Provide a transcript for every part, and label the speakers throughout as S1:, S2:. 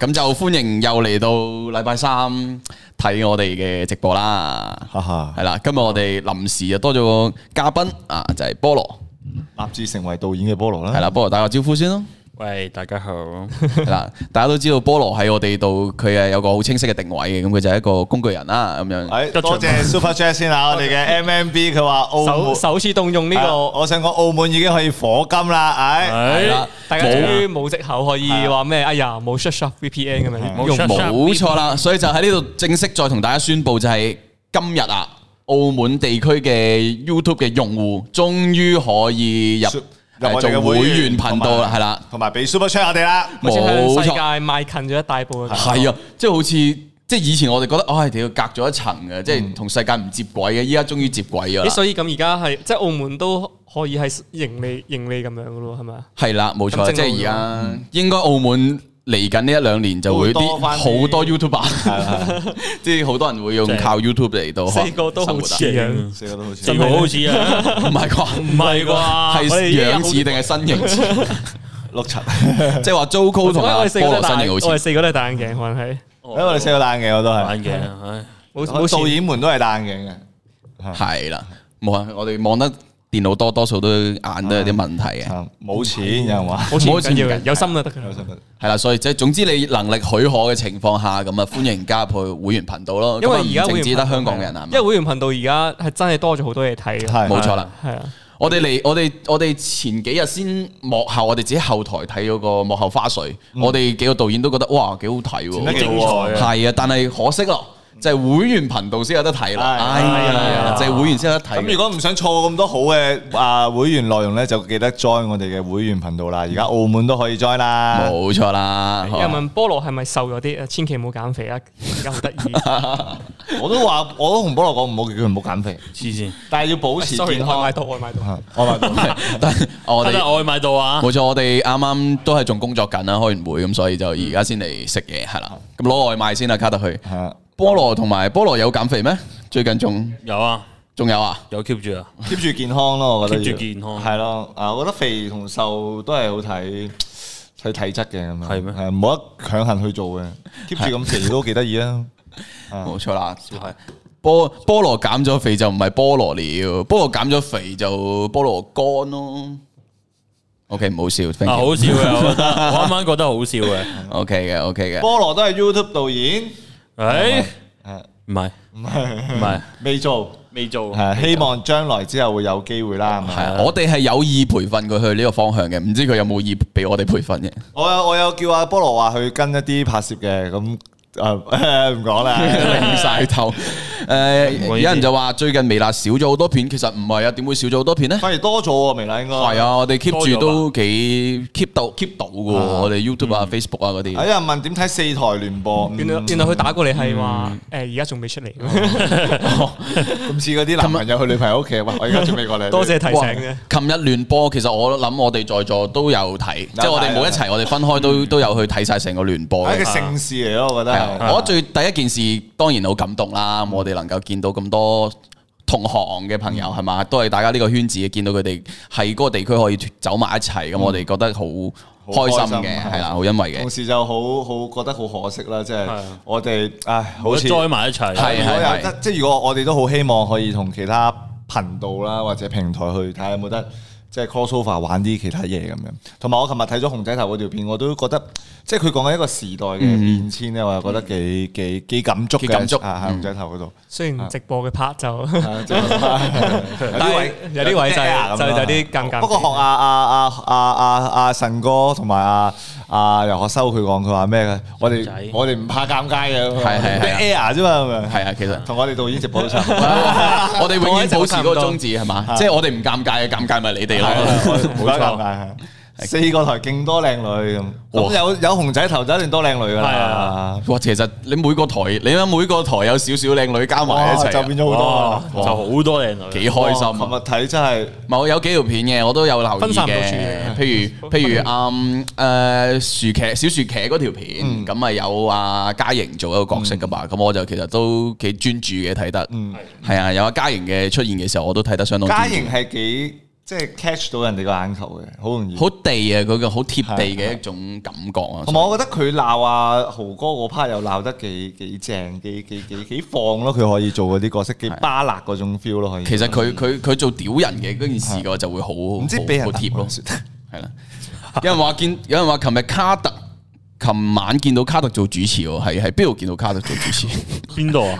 S1: 咁就歡迎又嚟到禮拜三睇我哋嘅直播啦。
S2: 哈哈
S1: 係，啦，今日我哋臨時就多咗個嘉賓啊，就係菠蘿。
S2: 立志成為導演嘅菠蘿
S1: 係
S2: 啦，
S1: 啦，菠蘿打個招呼先咯。
S3: 喂，大家好，
S1: 係啦，大家都知道菠蘿喺我哋度，佢係有個好清晰嘅定位嘅，咁佢就係一個工具人啦，咁樣。
S2: 誒多謝 Super Chat 先啦，我哋 嘅 MMB 佢話澳
S4: 首
S2: 門
S4: 首次動用呢
S2: 係啦
S4: 個，
S2: 我想講澳門已經可以火金啦，
S1: 係
S4: 誒
S1: 啦啊
S4: 大家終於冇藉口可以話咩？哎呀，冇 shut shut VPN 咁樣
S3: 冇
S4: 用
S3: shut
S1: 冇錯啦，所以就喺呢度正式再同大家宣布，就係今日啊，澳門地區嘅 YouTube 嘅用戶終於可以入
S2: 誒，
S1: 誒
S2: 我哋嘅
S1: 做會員頻道啦，
S2: 同埋
S1: 係啦，
S2: 同埋俾 Super Chat 我哋啦，
S4: 好似向世界
S1: 冇
S4: 邁近咗一大步嘅感覺。
S1: 係啊，即係好似即係以前我哋覺得，唉，屌隔咗一層嘅，即係同世界唔接軌嘅，依家終於接軌咗
S4: 嗯咦，
S1: 啦，
S4: 所以咁而家啊係即係澳門都可以係盈利盈利咁樣嘅咯，係咪啊？
S1: 係啦，冇錯，
S4: 咁
S1: 即
S4: 正路
S1: 係而家應該澳門嚟緊呢一兩年就會
S2: 都會
S1: 啲
S2: 多返啲
S1: 好多 YouTuber，即 係好多人會用
S3: 正
S1: 靠 YouTube 嚟到
S4: 四個都好似樣，
S2: 四個都好似
S3: 真係好似啊，
S1: 啊生活啊，唔係啩？
S3: 唔係啩？我哋
S1: 係
S3: 已經有
S1: 樣似定係身形 似？
S2: 六七，
S1: 即係話 Joco 同阿
S4: 我哋四個
S1: 菠
S4: 都
S1: 蘿身
S4: 戴，
S1: 形好
S4: 我哋
S1: 似，
S4: 四個都係戴眼鏡，可能係
S2: 因為我哋四個戴眼鏡我都係，
S3: 玩嘅，唉，
S4: 冇
S1: 啊
S2: 我
S4: 冇
S2: 導
S4: 錢
S2: 演們都係戴眼鏡嘅。
S1: 係啦，冇啊！我哋望得電腦多，多數都眼都有啲問題嘅，
S2: 啊冇錢有人話，
S4: 冇錢唔
S1: 冇錢唔
S4: 緊要
S1: 緊
S4: 嘅，有心就得㗎啦。
S1: 係啦，所以即係總之你能力許可嘅情況下，咁啊歡迎加入會員頻道咯。
S4: 因為
S1: 咁啊
S4: 而家
S1: 唔
S4: 會
S1: 淨
S4: 員
S1: 止得
S4: 頻道
S1: 香港嘅人啊
S4: 因，為會員頻道而家係真係多咗好多嘢睇嘅。
S2: 係
S1: 冇錯啦。
S4: 係啊，
S1: 我哋嚟，我哋我哋前幾日先幕後，我哋自己後台睇咗個幕後花絮，我哋幾個導演都覺得哇幾好睇
S2: 剪得
S1: 喎，
S2: 嗯幾好喎
S1: 係啊，但係可惜咯，就係會員頻道先有得睇啦，
S2: 係
S1: 哎呀，就係會員先有得睇
S2: 咁
S1: 嘅
S2: 如。果唔想錯過咁多好嘅啊會員內容咧，就記得 join 我哋嘅會員頻道啦。而家澳門都可以 join 啦。
S1: 冇錯啦，
S4: 有人問菠蘿係咪瘦咗啲？千祈唔好減肥啊！而家 好得意。
S2: 我都話，我都同菠蘿講唔好叫佢唔好減肥，
S3: 黐線，
S2: 但係要保持
S4: sorry，
S2: 健
S4: 外
S2: 康。
S4: 賣到外賣到。
S2: 啊我話
S1: 但係我
S3: 我
S1: 哋
S3: 哋外賣到啊，
S1: 冇錯，我哋啱啱都係仲工作緊啦，開完會咁，所以就而家先嚟食嘢係啦。咁攞外賣先啦，卡特去。
S2: 係啊
S1: 菠蘿同埋菠蘿有減肥咩？最近仲
S3: 有啊，
S1: 仲有啊？
S3: 有 keep 住啊，
S2: keep 住健康咯，我覺得
S3: keep 住
S2: 要
S3: 健康
S2: 係咯。啊，我覺得肥同瘦都係好睇睇體質嘅咁樣。
S3: 係咩
S2: 係啊冇得強行去做嘅，keep 住咁肥都幾得意啊！
S1: 冇錯啦，係
S3: 啊
S1: 菠菠蘿減咗肥就唔係菠蘿了，菠蘿減咗肥就菠蘿乾咯。OK，唔好笑
S3: 啊
S1: ，thank
S3: 好笑嘅，我覺得，我啱啱覺得啊好笑嘅，
S1: you。OK 嘅，OK 嘅。
S2: 菠蘿都係 YouTube 導演，
S3: 誒，
S2: 係
S3: 哎唔係唔係唔係，
S2: 未做，
S3: 未做，
S2: 係希望將來之後會有機會啦。係咪
S1: 係啊，我哋係有意培訓佢去呢個方向嘅，唔知佢有冇意俾我哋培 訓嘅。
S2: 我有我有叫阿菠蘿話去跟一啲拍攝嘅，咁誒 唔講啦。
S1: 擰晒頭。誒、有人就話最近微辣少咗好多片，其實唔係啊，點會少咗好多片呢？
S2: 反而多咗喎，未啦應該
S1: 係。啊，我哋 keep
S3: 多
S1: 住
S3: 咗吧
S1: 都幾 keep 到 keep 到嘅喎，我哋 YouTube 啊、Facebook 啊嗰
S2: 有
S1: 啲。
S2: 人問點睇四台聯播，
S4: 原來
S2: 嗯
S4: 原來佢打過嚟係話
S1: 嗯
S4: 誒，而家仲未出嚟。
S1: 哦
S2: 咁似嗰啲男朋友去女朋友屋企，喂，我而家仲未過 嚟。
S4: 多謝提醒
S1: 哇
S4: 啫。
S1: 琴日聯播，其實我諗我哋在座都有睇，即係我哋冇一齊，我哋分開都都有去睇晒成個聯播嘅
S2: 係啊一個。盛事嚟咯，我覺得
S1: 係
S2: 係。
S1: 啊，我最第一件事當然好感動啦！我哋能夠見到咁多同行嘅朋友係嘛，都係大家呢個圈子見到佢哋喺嗰個地區可以走埋一齊，咁我哋覺得好
S2: 好
S1: 開心
S2: 開心
S1: 嘅，
S2: 係
S1: 係啦，好欣慰
S2: 同
S1: 嘅。
S2: 時就好好覺得好可惜啦，即係
S3: 啊
S2: 我哋唉，好
S3: 好
S2: 似
S3: join 埋一齊，
S1: 係
S2: 如果有
S1: 係
S2: 得，即係如果我哋都好希望可以同其他頻道啦或者平台去睇下有冇得。即係 crossover 玩啲其他嘢咁樣，同埋我琴日睇咗熊仔頭嗰條片，我都覺得即係佢講緊一個時代嘅變遷咧，我又覺得幾幾幾感觸
S1: 嗯
S2: 嘅。
S1: 幾感觸
S2: 啊！喺熊仔頭嗰度，
S4: 雖然直播嘅 part 就，
S2: 啊 即係有
S4: 但
S2: 啲
S4: 係
S2: 位
S4: 有啲位就
S2: 啊
S4: 係
S2: 咁樣
S4: 就有啲 尷尬。
S2: 不過學阿阿阿阿阿阿神哥同埋阿阿游學修佢講，佢話咩嘅？我
S3: 仔
S2: 哋我哋唔怕尷尬嘅，
S1: 係係係
S2: air 啫嘛，咁樣
S1: 係啊，其實
S2: 同我哋導演直播都差 唔多。
S1: 我哋永遠保持嗰個宗旨係嘛，即係我哋唔尷尬嘅，尷尬咪你哋咯。
S2: 冇錯，係啊四個台勁多靚女咁，
S1: 哇
S2: 咁有有熊仔頭就一定多靚女㗎
S3: 係
S2: 啦
S3: 啊。
S1: 哇，其實你每個台，你諗每個台有少少靚女加埋一
S2: 哇，就
S1: 齊啊
S2: 變，咗好多
S3: 哦哇
S2: 啦，
S3: 就好多靚女，
S1: 幾開心
S2: 哇琴
S1: 啊
S2: 日！睇真係
S1: 唔係我有幾條片嘅，我都有留意
S4: 分散唔到注
S1: 嘅。譬 如譬如嗯誒薯茄小薯茄嗰條
S2: 嗯
S1: 片，咁啊有啊嘉瑩做一個角色噶嘛，咁我就其實都啊幾專注嘅睇得。係啊，有阿嘉瑩嘅出現嘅時候，我都睇得相當
S2: 嗯嘉
S1: 專注。
S2: 瑩係幾即係 catch 到人哋個眼球嘅，好容易。
S1: 好地啊，佢嘅好貼地嘅一種感覺啊。
S2: 同埋我覺得佢鬧啊豪哥嗰 part 又鬧得幾幾正，幾幾幾幾放咯，佢可以做嗰啲角色幾巴辣嗰種 feel 咯，可以。
S1: 其實佢佢佢做屌人嘅嗰件事嘅話就會好唔
S2: 嗯唔知俾人
S1: 好貼咯，
S2: 係
S1: 係啦。有人話見，有人話琴日卡特，琴晚見到卡特做主持喎，係係邊度見到卡特做主 持？
S3: 邊度啊？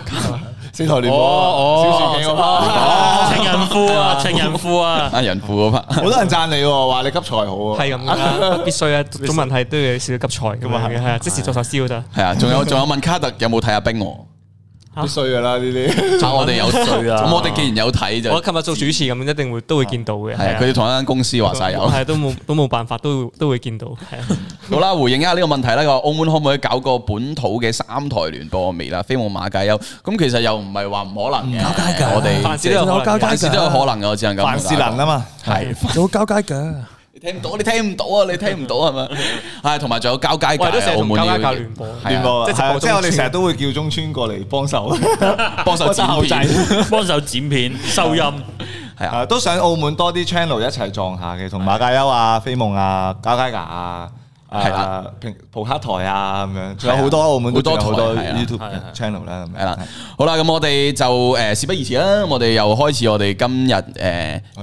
S2: 四台聯
S3: 哦
S2: 播
S3: 哦
S2: 小樹鏡
S3: 哦情人夫啊，情人夫 啊，
S1: 阿仁富嗰 part，
S2: 好多人讚你喎，話你急才好啊。
S4: 係咁噶，必須啊！中文係都要有少少急才咁樣嘅，係啊，即時做壽司都得。
S1: 係啊，仲有仲有問卡特有冇睇阿冰我？
S2: 必須噶啦呢啲。
S1: 啊我哋有
S3: 衰 啊
S1: 咁我哋既然有睇就
S4: 我琴日做主持咁，一定會都會見到嘅。
S1: 係啊，佢哋同一間公司話晒有。嗯
S4: 係啊都冇都冇辦法，都會都會見到。係啊，
S1: 好啦，回應一下呢個問題啦。佢話澳門可唔可以搞個本土嘅三台聯播未啦？飛夢馬介休咁其實又唔係話唔可能嘅。我哋
S4: 凡事都有可能嘅
S1: 凡事都有可能嘅，我只能咁
S2: 凡事能啊嘛，
S1: 係
S5: 有交街噶，
S1: 你聽唔到，你聽唔到啊！你聽唔到係咪？ 係同埋仲有交街界
S4: 我哋都成
S1: 啊，
S4: 日
S1: 澳
S4: 同
S1: 門
S4: 交
S1: 呢
S4: 家教
S1: 個
S4: 聯播。
S1: 係啊
S2: 聯播啊
S4: 即係直
S2: 係
S4: 播
S2: 啊即係我哋
S4: 中村
S2: 成日都會叫中村過嚟幫手，
S1: 幫手剪
S2: 後
S1: 片，
S2: 製。
S3: 幫手剪片、收音，
S1: 係啊，
S2: 啊， 都想澳門多啲 channel 一齊撞下嘅，同馬介休啊、飛夢啊、交街牙啊、
S1: 係
S2: 啊
S1: 啦、
S2: 平葡克台啊咁樣，仲有
S1: 係啊
S2: 好多澳門都仲有
S1: 好
S2: 好
S1: 多
S2: 多
S1: 台係啊
S2: YouTube
S3: 係係
S2: channel 啦，咁
S1: 係
S2: 樣
S1: 啦。好啦，咁我哋就誒事不宜遲啦，我哋又開始我哋今日誒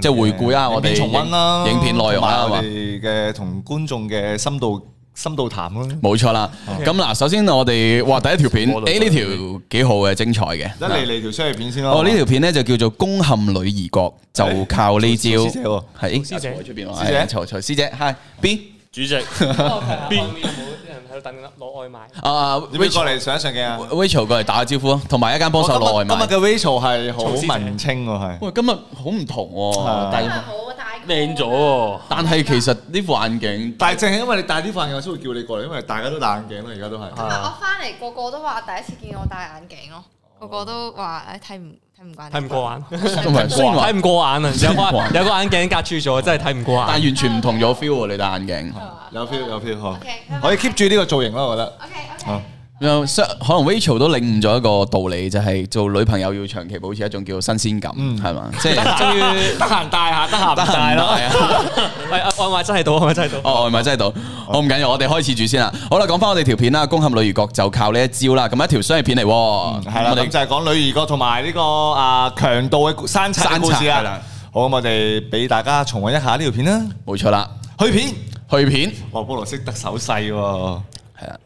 S1: 即係回顧啦，
S2: 影
S1: 我
S2: 片
S1: 哋
S2: 重温啦，
S1: 影片內容啦，係
S2: 同
S1: 嘛
S2: 埋我？哋嘅同觀眾嘅深度深度談咯。
S1: 冇錯啦。咁嗱，首先我哋哇第一條片，
S3: 我都
S1: 誒呢條幾好嘅，精彩嘅。
S2: 一嚟嚟條商業片先咯。
S1: 哦，呢條片咧就叫做攻陷女兒國，就靠呢招。
S2: 哎曹師姐喎
S1: 係
S4: 曹師姐
S1: 喺出邊喎，
S2: 師姐
S1: 係曹曹師姐，hi B
S3: 主席
S4: 邊有冇啲人喺度等攞外賣？
S1: 啊
S2: 要唔要過
S1: ，Rachel
S2: 嚟上一上鏡啊？
S1: Rachel 過嚟打個招呼啊，同埋一間幫手攞外
S2: 今日
S1: 賣。
S2: 今日嘅 Rachel 係好
S4: 曹師姐
S2: 文青喎，係。
S1: 喂，今日好唔同喎
S2: 係，
S1: 但
S6: 好大個
S3: 靚咗喎。
S1: 但係其實呢副眼鏡
S2: 但係正係因為你戴啲塊眼鏡，先會叫你過嚟，因為大家都戴眼鏡啦，而家都 係。
S6: 同埋我翻嚟個個都話第一次見我戴眼鏡咯，個個都話誒睇唔睇唔慣，
S4: 睇唔過眼，
S1: 唔係雖然話
S4: 睇，唔過 眼啊！有
S1: 過眼
S4: 個有個眼鏡隔住咗，真係睇唔過
S1: 但
S4: 眼。
S1: 完全唔同咗 feel 喎，你戴眼鏡。
S2: 有 feel 有 feel 嗬
S6: OK，拜拜
S2: 可以 keep 住呢個造型咯，我覺得。
S6: OK
S2: 啊
S4: 哦
S6: OK，
S1: 有相可能 Rachel 都領悟咗一個道理，就係做女朋友要長期保持一種叫新鮮感，係嘛？即係
S4: 仲要得閒戴下，得閒唔戴咯。
S1: 係啊。
S4: 喂，啊外賣真係到，外賣真係到。
S1: 哦，外賣真係到，好唔緊要，我哋開始住先啦。好啦，講翻我哋條片啊啦，《攻陷女兒國》就靠呢一招啦。咁一條商業片嚟喎，
S2: 系啦，
S1: 我哋
S2: 咁就嗯係講女兒國同埋呢個啊強盜嘅山賊嘅故事
S1: 山賊係
S2: 啦
S1: 啦。
S2: 好，咁我哋俾大家重温一下呢條片啦。
S1: 冇錯啦，
S2: 去片，
S1: 去片
S2: 哇，菠蘿識得手勢喎。
S1: 係啦，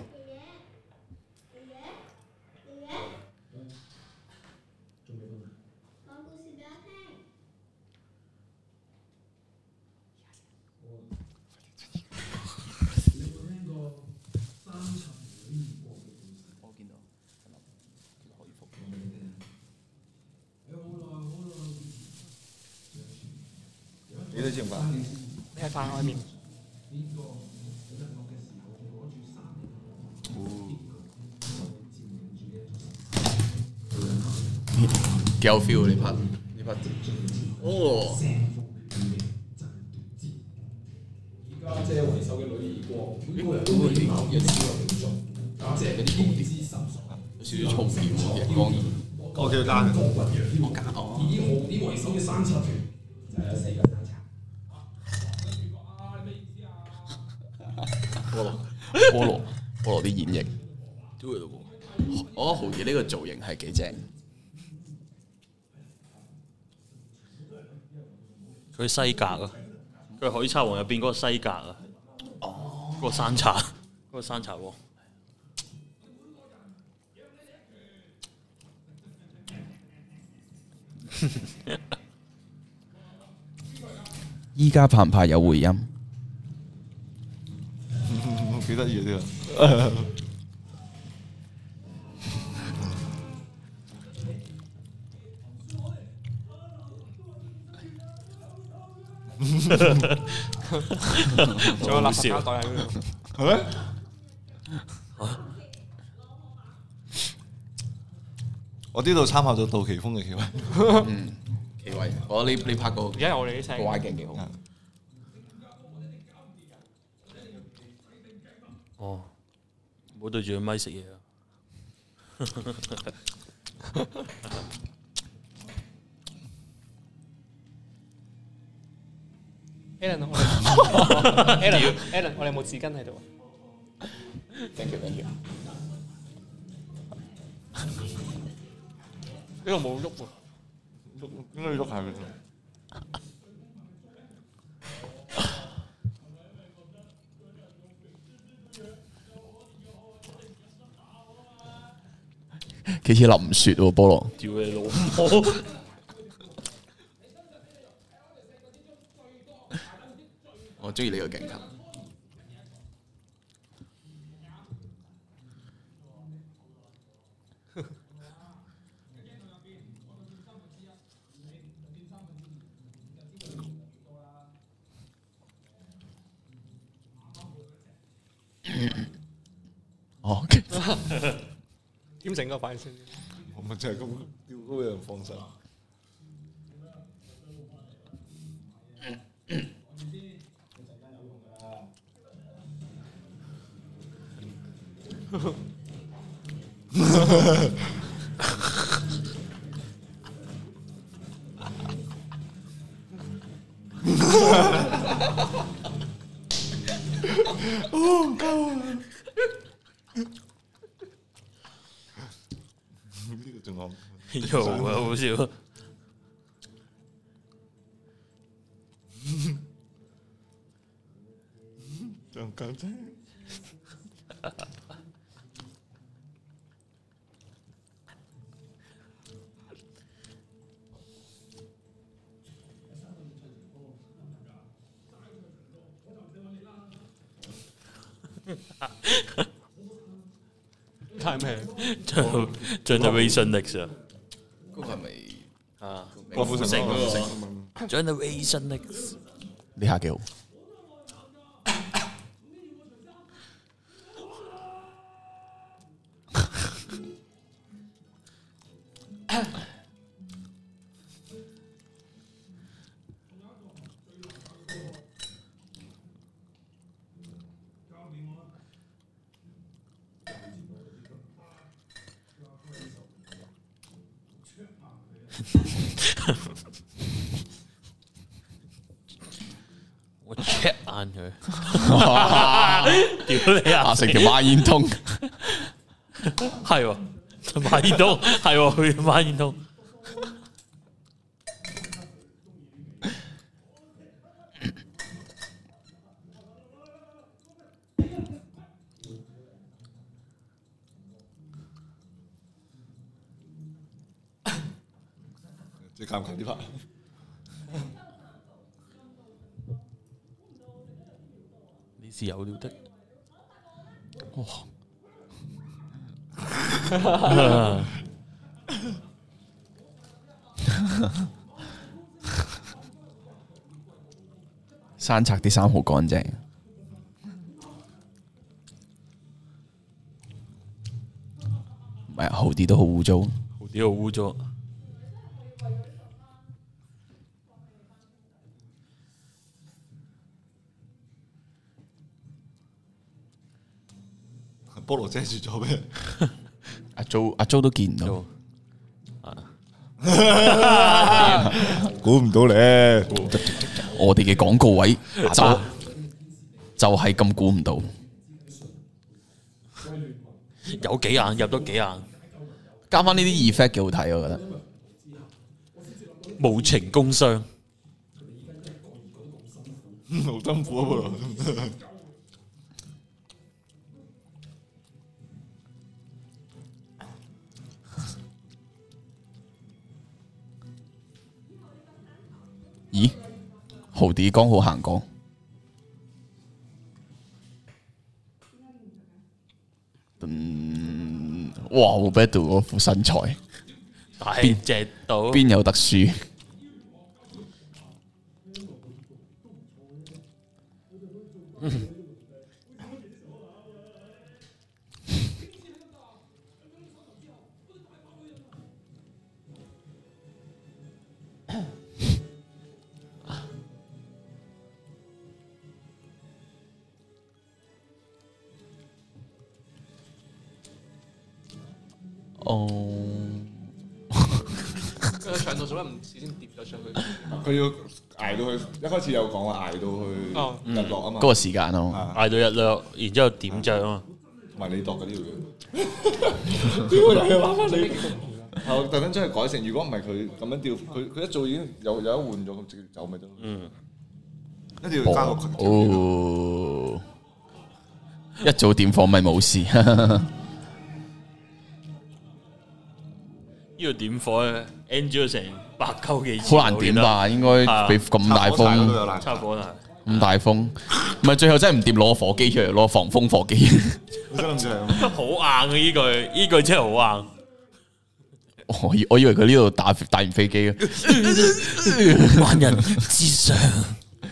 S2: 你都知唔知？
S4: 你係飯外面，
S1: 幾有 feel 啊呢 part 呢 part。哦，以家姐為首嘅女兒國，每個人都會有一少嘅尊重，家姐有啲高啲，有少少重點嘅光
S2: 我叫單。啊
S1: 啊菠蘿菠蘿啲演繹，都會我覺得豪傑呢個造型係幾正。
S3: 佢西格啊，佢海賊王入邊嗰個西格啊，哦，嗰個山賊，嗰個山賊王，
S1: 依家怕唔怕有回音？
S2: 嗯幾得意呢個。
S4: 仲有垃圾
S3: 好笑
S4: 膠袋喺嗰度。
S2: 係咩？我呢度參考咗杜琪峰嘅橋。
S1: 奇位，我呢呢拍過
S4: 而家有我哋啲聲。
S1: 畫鏡幾好。
S3: 哦，唔好對住佢咪食嘢啊！
S4: Alan，我 哋 Alan，Alan，我哋有冇紙巾喺度啊？
S1: Thank you，thank you。
S4: 呢度冇喐喎。
S2: 應該要喐下佢。
S1: 幾似林雪喎，菠蘿。
S3: 屌你老母！
S1: 我中意呢個鏡頭。哦，OK，
S4: 點整個反先？
S2: 我咪就係咁吊高人放手。呢個仲好。
S3: 又啊，好笑。
S2: 仲簡單。
S4: 太平，
S3: Gen- Generation X 啊
S1: 嗰個係咪？
S3: 啊
S2: 郭富城嗰個
S3: ，Generation X
S1: 呢下幾好？
S3: 我 check 眼佢，屌你啊！
S1: 啊，成條孖煙通，
S3: 系喎，馬燕通系喎，佢馬燕通
S2: 最尷尬啲 part。
S3: 你是有料的。
S1: 山賊啲衫好乾淨。唔係啊，豪啲都好污糟。
S3: 好啲好污糟。
S2: 菠蘿遮住咗咩？
S1: 阿 Jo 阿 Jo 都見唔到。
S2: 估唔到咧。
S1: 我哋嘅廣告位就就係咁估唔到，
S3: 有幾眼入咗幾眼，
S1: 加翻呢啲 effect 幾好睇，我覺得。
S3: 無情工傷。
S2: 好辛苦啊，菠蘿。
S1: 咦？豪啲剛好行過，嗯，哇！冇俾到嗰副身材，
S3: 大
S1: 邊
S3: 隻到
S1: 邊有特殊？哦，
S4: 佢個長度做得唔事先跌咗出去。
S2: 佢要捱到去，一開始有講話捱到
S4: 哦
S2: 去日落啊嘛，
S1: 嗰個
S2: 同
S1: 時間咯。
S3: 捱到日落，然之後點醬啊？
S2: 埋你度嗰 啲要，屌又要玩翻你。係我特登將佢改成，如果唔係佢咁樣調，佢佢一早已經有有得換咗，咁直接走咪得咯。
S3: 嗯，
S2: 一定要加個裙條
S1: 哦，一早點火咪冇事。
S3: 呢個點火咧，end 咗成百鳩幾次，
S1: 好難點吧？應該俾咁大
S2: 啊插火柴嗰度
S1: 風，
S2: 啊有
S3: 我記得？
S2: 難
S3: 差火啦，
S1: 咁大風，唔係最後真係唔掂，攞火機出嚟，攞防風火機。
S2: 我真諗住係咁。
S3: 好硬啊！呢句呢句真係好硬。
S1: 我以我以為佢呢度打打完飛機嘅，
S3: 萬人之上，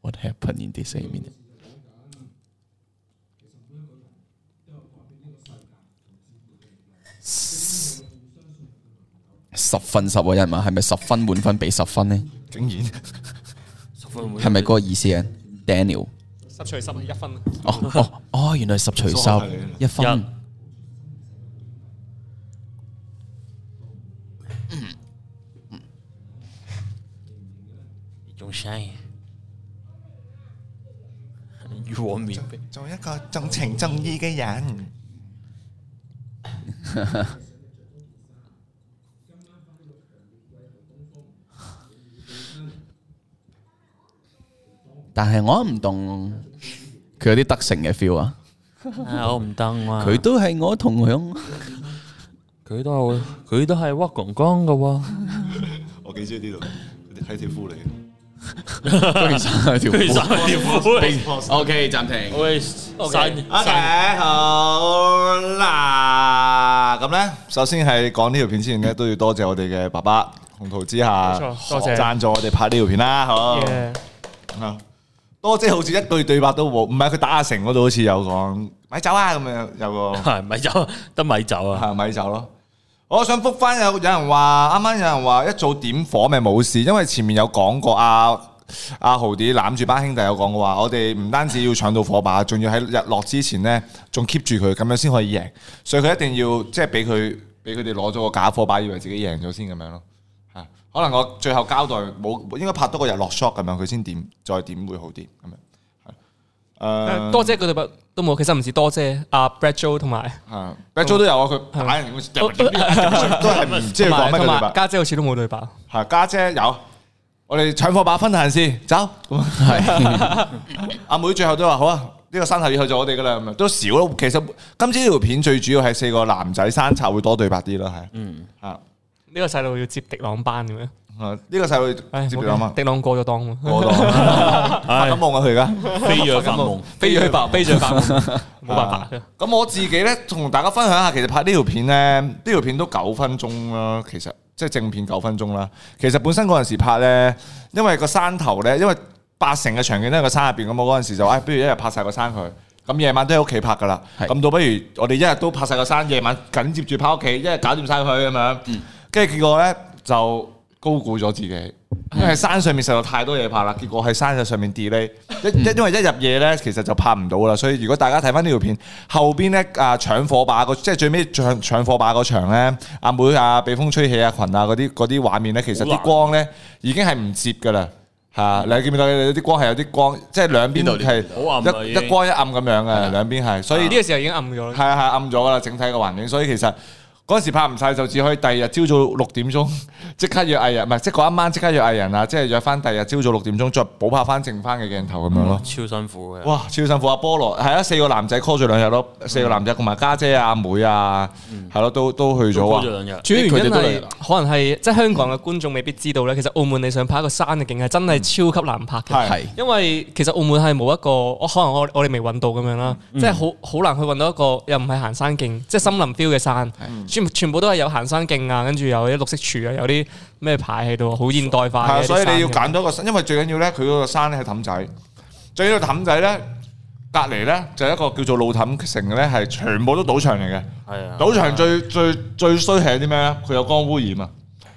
S1: What happened in this minute？十分十喎，有人問係咪十分滿分俾十分呢？
S2: 竟然
S1: 係咪嗰個意思啊？Daniel，
S4: 十除十係一分，啊
S1: 哦哦哦，原來十除十
S2: 所謂嘅
S1: 一分
S3: 一。仲 shine？如我面 壁，
S2: 做一個重情重義嘅人。
S1: 但係我唔同佢有啲德性嘅 feel 啊，
S3: 啊我唔登啊！
S1: 佢都係我同 鄉。
S3: 佢都係佢都係屈公公噶喎，
S2: 我幾中意呢度，係條褲嚟嘅。
S1: 居然條
S3: 佢 三條褲。
S1: O K，暫停。
S3: 喂，刪
S2: OK，好啦，咁咧，首先係講呢條片之前咧，都要多謝我哋嘅爸爸洪圖之下
S4: 冇錯多謝
S2: 贊助我哋拍呢條片啦，好。
S4: 耶！
S2: 啊多姐好似一句對白都冇，唔係佢打阿成嗰度好似有講咪走啊咁樣有個。
S3: 係米酒得米酒 啊！
S2: 係咪走咯？我想復翻有有人話，啱啱有人話一早點火咪冇事，因為前面有講過阿阿豪啲攬住班兄弟有講過話，我哋唔單止要搶到火把，仲要喺日落之前呢，仲 keep 住佢，咁樣先可以贏。所以佢一定要即係俾佢俾佢哋攞咗個假火把，以為自己贏咗先咁樣咯。嚇，可能我最後交代冇應該拍多個日落 shot 咁樣，佢先點再點會好啲咁樣。呃係誒
S4: 多姐嗰度都冇，其實唔止多姐，阿 Brad Joe 同埋
S2: 係 b
S4: 嗯
S2: 都有啊，佢打人嗰時
S4: 都
S2: 都係唔知佢
S4: 同
S2: 講乜嘅
S4: 埋哦同
S2: 對白
S4: 埋。家姐好似都冇對白。
S2: 係家姐有，我哋搶貨把分行先， 走。咁 阿妹最後都話好啊，呢個山頭以後就我哋噶啦，咁啊都少咯。其實今朝呢條片最主要係四個男仔山賊會多對白啲咯，係。嗯。啊，
S4: 呢個細路要接迪朗班咁樣，
S2: 呢個細路
S4: 唉，
S2: 接住諗
S4: 冇
S2: 啊
S4: 計，迪朗過咗當喎。
S2: 我 當 發緊夢啊佢而家。
S3: 飛躍發夢，
S4: 飛咗去白，飛咗去白，冇辦法嘅。
S2: 咁我自己咧，同大家分享下，其實拍呢條片咧，呢條片都九分鐘啦，其實即係正片九分鐘啦。其實本身嗰陣時拍咧，因為個山頭咧，因為八成嘅場景都喺個山入邊，咁我嗰陣時就，哎唉、不如一日拍晒個山佢。咁夜晚都喺屋企拍噶啦，
S1: 係
S2: 咁倒不如我哋一日都拍晒個山，夜晚緊接住拍屋企，一日搞掂晒佢咁樣。跟住、結果咧就高估咗自己，因為山上面實在太多嘢拍啦。結果喺山上面 delay，一
S3: 嗯
S2: 一因為一入夜咧，其實就拍唔到啦。所以如果大家睇翻呢條片後邊咧啊搶火把個，即係最尾搶搶火把嗰場咧，阿妹啊被風吹起啊裙啊嗰啲嗰啲畫面咧，其實
S3: 好
S2: 啲
S3: 難嗯
S2: 光咧已經係唔接噶啦。嚇！你見唔見到有啲光係有啲光，即係兩邊
S1: 邊度呢
S2: 係
S3: 好暗啊
S2: 一
S3: 已
S2: 一
S3: 經
S2: 光一暗咁樣嘅，兩邊係，所以
S4: 呢個時候已經暗咗啦。
S2: 係啊係啊暗咗噶啦，整體個環境，所以其實嗰陣時拍唔晒，就只可以第二日朝早六點鐘 即刻約藝人，唔係即係嗰一晚即刻約藝人啊，即係約翻第二日朝早六點鐘再補拍翻剩翻嘅鏡頭咁樣咯。
S3: 超辛苦嘅。
S2: 哇！超辛苦啊，菠蘿係啊，四個男仔 call 咗兩日咯，啊四個男仔同埋家姐啊、阿妹啊，係咯，都都去咗
S3: 做
S2: 啊
S3: 咗。兩日，
S4: 主要原因
S1: 佢哋都嚟
S4: 係
S1: 啦
S4: 可能係即係香港嘅觀眾未必知道咧，其實澳門你想拍一個山嘅景係真係超級難拍嘅。
S2: 係
S1: 係
S4: 因為其實澳門係冇一個，我可能我我哋未揾到咁樣啦，
S2: 嗯
S4: 即係好好難去揾到一個又唔係行山徑，即係森林 feel 嘅山，全全部都係有行山徑啊，跟住有啲綠色柱啊，有啲咩牌喺度，好現代
S2: 係
S4: 化
S2: 啊，
S4: 嘅。
S2: 所以你要
S4: 啲山
S2: 揀多個山，因為最緊要咧，佢嗰個山咧係氹仔，最緊要氹仔咧隔離咧就有一個叫做老氹城嘅咧，係全部都賭場嚟嘅。
S3: 係啊，
S2: 賭場最最最衰係啲咩咧？佢有光污染啊！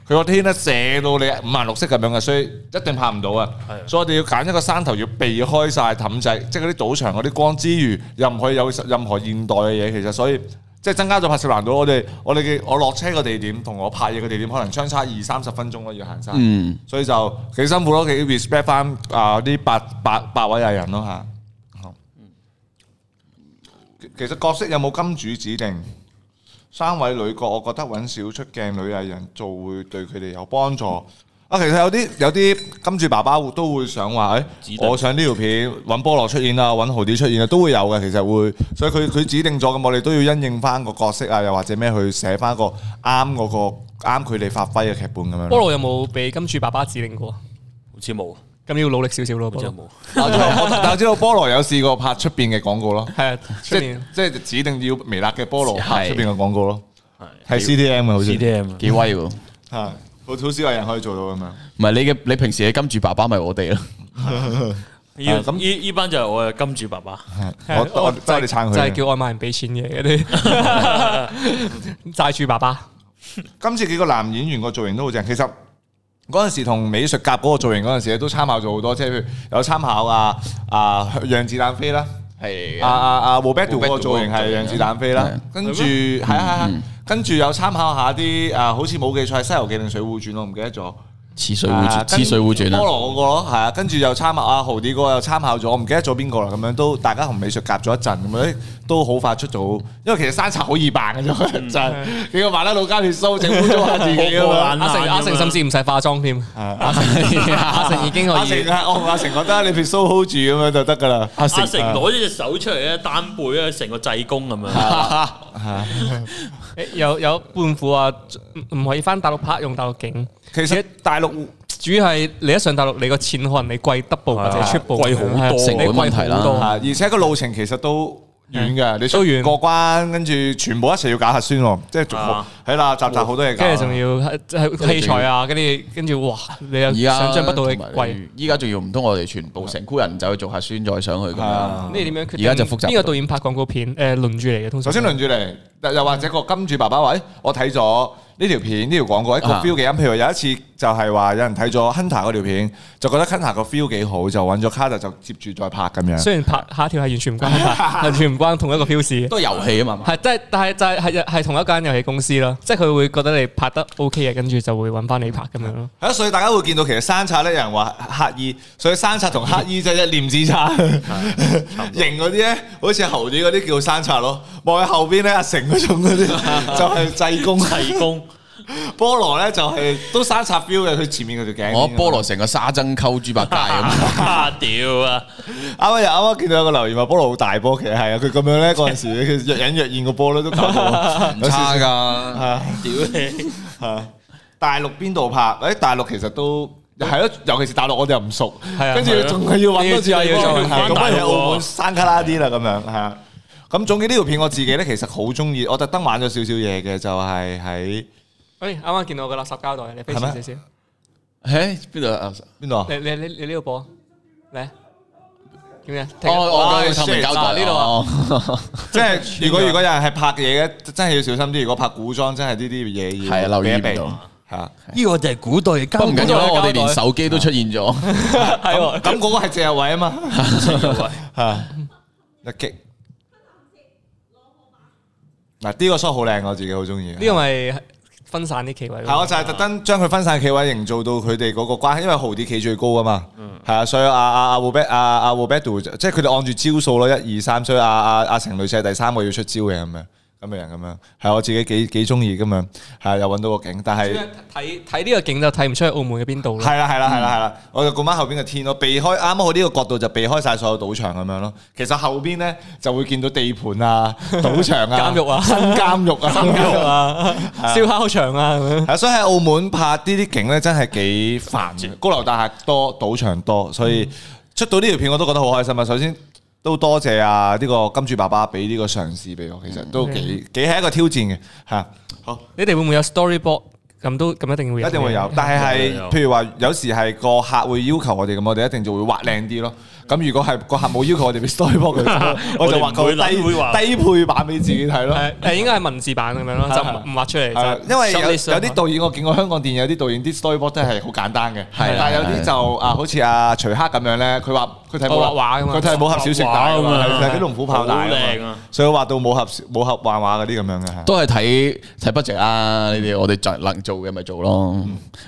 S2: 佢個天咧射到你五顏六色咁樣嘅，所以一定拍唔到啊
S3: 係啊！
S2: 所以我哋要揀一個山頭，要避開晒氹仔，即係嗰啲賭場嗰啲光之餘，又唔可以有任何現代嘅嘢。其實所以即係增加咗拍攝難度。我哋我哋嘅我落車嘅地點同我拍嘢嘅地點可能相差二三十分鐘咯，要行山。
S1: 嗯，
S2: 所以就幾辛苦咯，幾 respect 翻啊啲八八八位藝人咯嚇。其其實角色有冇金主指定？三位女角，我覺得揾少出鏡女藝人做會對佢哋有幫助。啊，其實有啲有啲金主爸爸會都會想話，誒、
S3: 指定
S2: 我想呢條片揾菠蘿出現啊，揾豪啲出現啊，都會有嘅。其實會，所以佢佢指定咗，咁我哋都要因應翻個角色啊，又或者咩去寫翻個啱嗰、個啱佢哋發揮嘅劇本咁樣。
S4: 菠蘿有冇俾金主爸爸指定過？
S3: 好似冇，好
S4: 咁要努力少少咯，菠
S3: 似
S4: 蘿。
S3: 冇。
S2: 但我知道，但我知道菠蘿有試過拍出邊嘅廣告咯，
S4: 係啊，出
S2: 即
S4: 面
S2: 即係指定要微辣嘅菠蘿拍
S1: 係
S2: 出邊嘅廣告咯，
S3: 係
S2: 係 CDM 嘅好似，
S3: CDM 啊
S1: 幾威喎！唔
S2: 係好好少有人可以做到咁樣。
S1: 係你嘅，你平時嘅金主爸爸咪我哋咯，
S3: 呢
S2: 咁
S3: 咁依依班就係我嘅金主爸爸，
S4: 係
S2: 我我我
S4: 就係
S2: 哋撐佢
S4: 就係叫外賣人俾錢嘅嗰 啲 債主爸爸。
S2: 今次幾個男演員個造型都好正，其實。嗰陣時同美術甲嗰個造型嗰陣時咧，都參考咗好多，即係譬如有參考啊啊讓子彈飛啦，
S1: 係
S2: 啊啊啊 w o b e t 嗰個
S1: Wobetto
S2: 造型係讓子彈飛啦
S1: 係，
S2: 跟住係啊係啊，係啊跟住有參考下啲啊，好似冇記錯係《西遊記》定《水滸傳》，我唔記得咗。
S1: 似水互轉，
S2: 啊跟
S1: 似水互轉
S2: 菠
S1: 啊！
S2: 蘿嗰個咯，係啊，跟住又參考阿豪啲哥又參考咗，我唔記得咗邊個啦，咁樣都大家同美術夾咗一陣，咁樣都好快出到，因為其實山賊好易扮 嘅啫，就係幾個麻甩佬加條須整污糟下
S1: 嗯
S2: 自己咁
S3: 好好
S2: 樣
S3: 玩。
S4: 阿成
S3: 咁樣
S4: 阿成甚至唔使化妝添，
S2: 阿
S4: 啊阿成已經可
S2: 阿成
S4: 以。
S2: 啊，我同阿成覺得你條須 hold 住咁樣就得㗎啦。
S1: 阿
S3: 阿成攞咗隻手出嚟咧，單背啊，成個濟公咁樣。
S4: 誒有有半副啊，唔唔可以翻大陸拍，用大陸景。
S2: 其實大陸
S4: 主要係你一上大陸，你個錢可能你貴 double 或者 triple，
S3: 貴好多
S4: 係啊
S1: 成本
S4: 你貴
S1: 問題啦
S4: 好多
S2: 啊，而且個路程其實都遠㗎，你出
S4: 都遠
S2: 過關，跟住全部一齊要搞核酸喎，即係逐
S3: 啊
S2: 係啦，集集好多嘢搞。
S4: 跟住仲要即係器材啊，跟住跟住哇，你又
S1: 而家
S4: 想象不到你
S1: 同埋
S4: 貴。
S1: 依家仲要唔通我哋全部成箍人走去做下宣再上去咁
S2: 係啊
S1: 樣。
S4: 你點樣決定？
S1: 而家就複雜啊
S4: 邊個導演拍廣告片？誒輪住嚟嘅通常。
S2: 首先輪住嚟，又又或者個金主爸爸話：，誒，我睇咗呢條片，呢條廣告一個
S1: 啊
S2: feel 幾啱。譬如有一次就係話有人睇咗 Hunter 嗰條片，就覺得 Hunter 個 feel 幾好，就揾咗 Carter 就接住再拍咁樣。
S4: 雖然拍下一條係完全唔關 拍，完全唔關同一個 feel 事嘅。
S1: 都係遊戲啊嘛，
S4: 係，即係，但係就係係係同一間遊戲公司咯，即係佢會覺得你拍得 OK 嘅，跟住就會揾翻你拍咁樣咯。
S2: 係啊，所以大家會見到其實山賊咧，有人話乞衣，所以山賊同乞衣即係一念之差。型嗰啲咧，好似猴子嗰啲叫山賊咯，望喺後邊咧，阿成嗰種嗰啲就係濟公。
S3: 濟公
S2: 菠蘿咧就係都山賊 feel 嘅，佢前面嗰條頸。
S1: 我哦菠蘿成個沙僧溝豬八戒 咁，
S3: 啊， 屌啊！
S2: 啱啱又啱啱見到有個留言話菠蘿好大波，其實係啊，佢咁樣咧嗰陣時，佢若隱若現個波咧都搞到
S1: 唔差㗎。
S2: 啊
S3: 屌你！
S2: 啊！大陸邊度拍？誒大陸其實都係咯，尤其是大陸我哋又唔熟，
S4: 係啊
S2: 跟住
S4: 係啊
S2: 仲係要揾多次
S4: 要要
S2: 咁
S4: 要
S2: 樣啊咁
S3: 大陸
S2: 不
S3: 喎
S2: 如澳門山卡拉啲啦咁樣係啊。咁總之呢條片我自己咧其實好中意，我特登玩咗少少嘢嘅，就係喺
S4: 喂，啱啱見到我個垃圾膠袋，你飛
S2: 係咩
S4: 少少先。
S1: 誒邊度啊？
S2: 邊度啊？
S4: 你你你你呢度播啊，嚟點樣？
S1: 我我
S2: 哦
S1: 透明膠
S4: 啊
S1: 袋
S4: 呢度啊
S1: 度啊，
S2: 即係如果如果有人係拍嘢嘅，真係要小心啲。如果拍古裝，真係呢啲嘢要
S1: 係啊留意唔
S2: 避一避
S1: 到
S2: 係啊。
S3: 呢個就係古代嘅
S1: 不過唔緊要啦，我哋連
S4: 膠袋
S1: 手機都出現咗。
S4: 係喎，
S2: 咁嗰個係謝日偉啊 嘛，嚇一擊嗱呢個 shot 好靚，我自己好中意。
S4: 呢個咪分散啲企位
S2: 係我
S4: 咯。
S2: 就係特登將佢分散企位，營造到佢哋嗰個關係，因為豪啲企最高啊嘛。
S4: 嗯
S2: 係啊，所以阿阿阿 w o b e 阿阿 w o b e 即係佢哋按住招數咯，一二三，所以阿阿阿成女士係第三個要出招嘅咁樣，咁樣咁樣係我自己幾幾中意咁樣，係又揾到個景，但係。
S4: 睇睇呢個景就睇唔出去澳門嘅邊度咯。嗯
S2: 係啦，係啦，係啦，係啦，我就顧翻後邊嘅天咯，避開啱啱好呢個角度就避開晒所有賭場咁樣咯。其實後邊咧就會見到地盤 啊、賭場啊、
S4: 監獄啊
S2: 新監獄啊、 新
S4: 係嘛燒烤場啊咁樣。
S2: 係啊，所以喺澳門拍呢啲景咧，真係幾煩嘅。高樓大廈多，賭場多，所
S4: 嗯
S2: 以出到呢條片我都覺得好開心啊！首先都多謝啊呢個金主爸爸俾呢個嘗試俾我，其實
S4: 嗯
S2: 都幾幾係一個挑戰嘅嚇。好。
S4: 你哋會唔會有 storyboard？咁都咁一定會有，
S2: 一定會有，。但係
S3: 一定會
S2: 係
S3: 有
S2: 譬如話，有時係個客會要求我哋咁，我哋一定就會畫靚啲咯。咁如果係個客冇要求我哋俾 storyboard 佢，我就畫
S3: 我哋唔
S2: 個
S3: 會諗會畫
S2: 低低配版俾自己睇咯。
S4: 誒誒，應該係文字版咁樣咯，就唔唔畫出嚟。
S2: 係啊
S4: 就
S2: 因為有
S4: shortlist 啊
S2: 有啲
S4: 嘛
S2: 導演我見過香港電影有啲導演啲 storyboard 真係好簡單嘅，
S1: 係啊
S2: 但係有啲就啊好似阿徐克咁樣咧，佢話佢睇武
S4: 我畫畫㗎嘛
S2: 佢睇武俠小食大㗎嘛，
S3: 畫畫㗎嘛
S2: 係睇啲龍虎豹大㗎嘛
S3: 好靚啊
S2: 所以畫到武俠武俠漫畫嗰啲咁樣嘅。
S1: 都係睇睇 budget 啦，呢啲我哋就能做嘅咪做咯。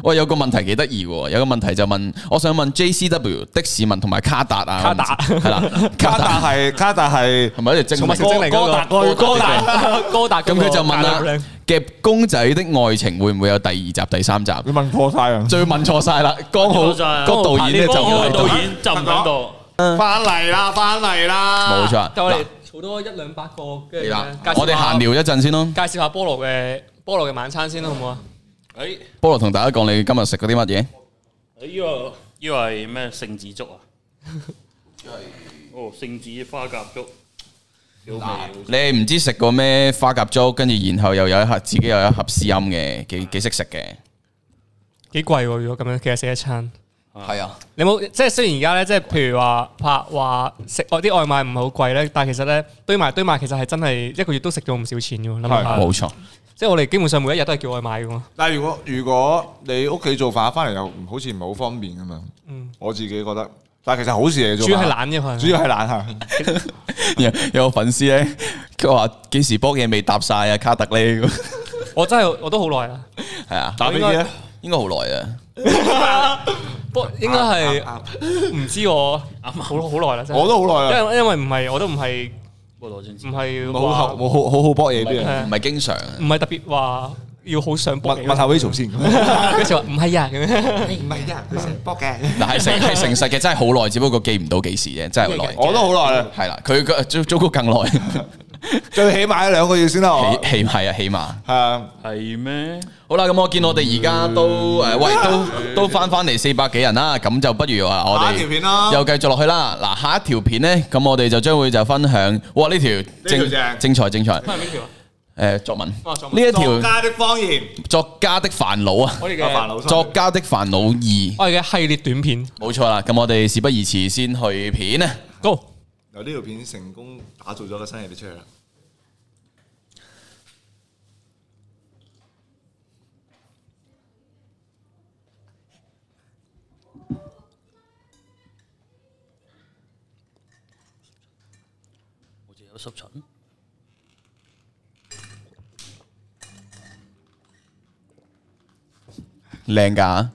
S1: 喂，有個問題幾得意喎，有個問題就問，我想問 JCW 的士文同埋卡達啊，
S4: 卡達
S1: 係啦，
S2: 卡
S1: 卡
S2: 達
S1: 達
S2: 係卡達係
S1: 係咪一隻精靈
S4: 寵物精靈嗰個
S2: 哥哥達
S4: 高達
S1: 咁佢就問啦，夾公仔的愛情會唔會有第二集、第三集？
S2: 你問破晒啊！
S1: 最問錯晒啦，剛好
S3: 問錯晒
S1: 個導演咧就
S3: 嗰
S1: 唔喺
S3: 個
S1: 度
S3: 導演就唔喺度，
S2: 翻嚟啦，翻嚟啦
S1: 冇錯。
S4: 但我哋
S1: 嗱
S4: 好多一兩百個，跟
S1: 嚟
S4: 住
S1: 啦
S4: 呢介紹下
S1: 我哋閒聊一陣先咯。
S4: 介紹下菠蘿嘅菠蘿嘅晚餐先啦，好唔好啊？
S3: 誒
S1: 菠蘿同大家講你今日食嗰啲乜嘢？
S3: 誒呢個呢個係咩聖 子粥啊？哦，聖子花甲粥，屌味！
S1: 你唔知食過咩花甲粥，跟住然後又有一盒自己又有一盒私音嘅，幾幾識食嘅。
S4: 幾貴喎？如果咁樣，其實食一餐。
S1: 係啊，
S4: 你冇即係雖然而家咧，即係譬如話拍話食我啲外賣唔係好貴咧，但係其實咧堆埋堆埋，其實係真係一個月都食咗唔少錢嘅喎。諗下
S1: 冇錯。
S4: 即係我哋基本上每一日都係叫外賣嘅嘛。
S2: 但係如果如果你屋企做飯翻嚟又唔好似唔係好方便咁樣，我自己覺得，但係其實好事嚟做飯。
S4: 嗯主要係懶啫，可能
S2: 主要係懶啊嚇。
S1: 有有個粉絲咧，佢話幾時波嘢未搭晒啊？卡特咧， 係
S4: 我真係我都好耐啦，
S1: 啊，
S2: 打
S4: 俾
S2: 機咧
S1: 應
S4: 應，
S1: 該好耐啊。
S4: 不過應該
S2: 啊
S4: 係唔知我好好耐啦，真係
S2: 我都好耐啦，
S4: 因為因為唔係我都唔係
S3: 菠蘿聖子
S4: 唔，係
S2: 冇好
S4: 話
S2: 好好好好搏嘢啲人。
S4: 係
S1: 唔係經常啊，
S4: 唔係特別話要好想搏
S2: 問問 下 Rachel 先，唔
S4: 跟住話唔係啊咁樣。
S2: 係啊，佢成日搏嘅。
S1: 嗱係誠係誠實嘅，真係好耐，只不過記唔到幾時啫，真係好耐。
S2: 我都好耐啦，
S1: 係啦，佢佢糟糟糕更 耐，起
S2: 最起碼兩個月先啦。我
S1: 起係啊，起碼。
S2: 係啊，
S3: 係咩？
S1: 好啦，咁我見我哋而家都誒，喂，都都翻翻嚟四百幾人啦，咁就不如啊，我
S2: 下
S1: 哋
S2: 一條片啦
S1: 又繼續落去啦。嗱，下一條片咧，咁我哋就將會就分享，哇，呢條
S2: 條
S1: 精
S2: 正
S1: 精彩精彩，
S4: 係邊條啊？
S1: 誒，作文
S4: 啊作
S1: 呢
S4: 文
S1: 一
S2: 作
S1: 條
S2: 家的方言，
S1: 作家的煩惱啊，
S4: 我哋
S2: 有煩
S4: 嘅
S2: 惱心
S1: 作家的煩惱
S4: 我哋嘅系列短片
S1: 二，冇錯啦。咁我哋事不宜遲，先去片啊。
S4: ，Go！
S2: 由呢條片成功打造咗個新嘢出嚟啦。
S3: 好似有濕疹。
S1: 靚噶，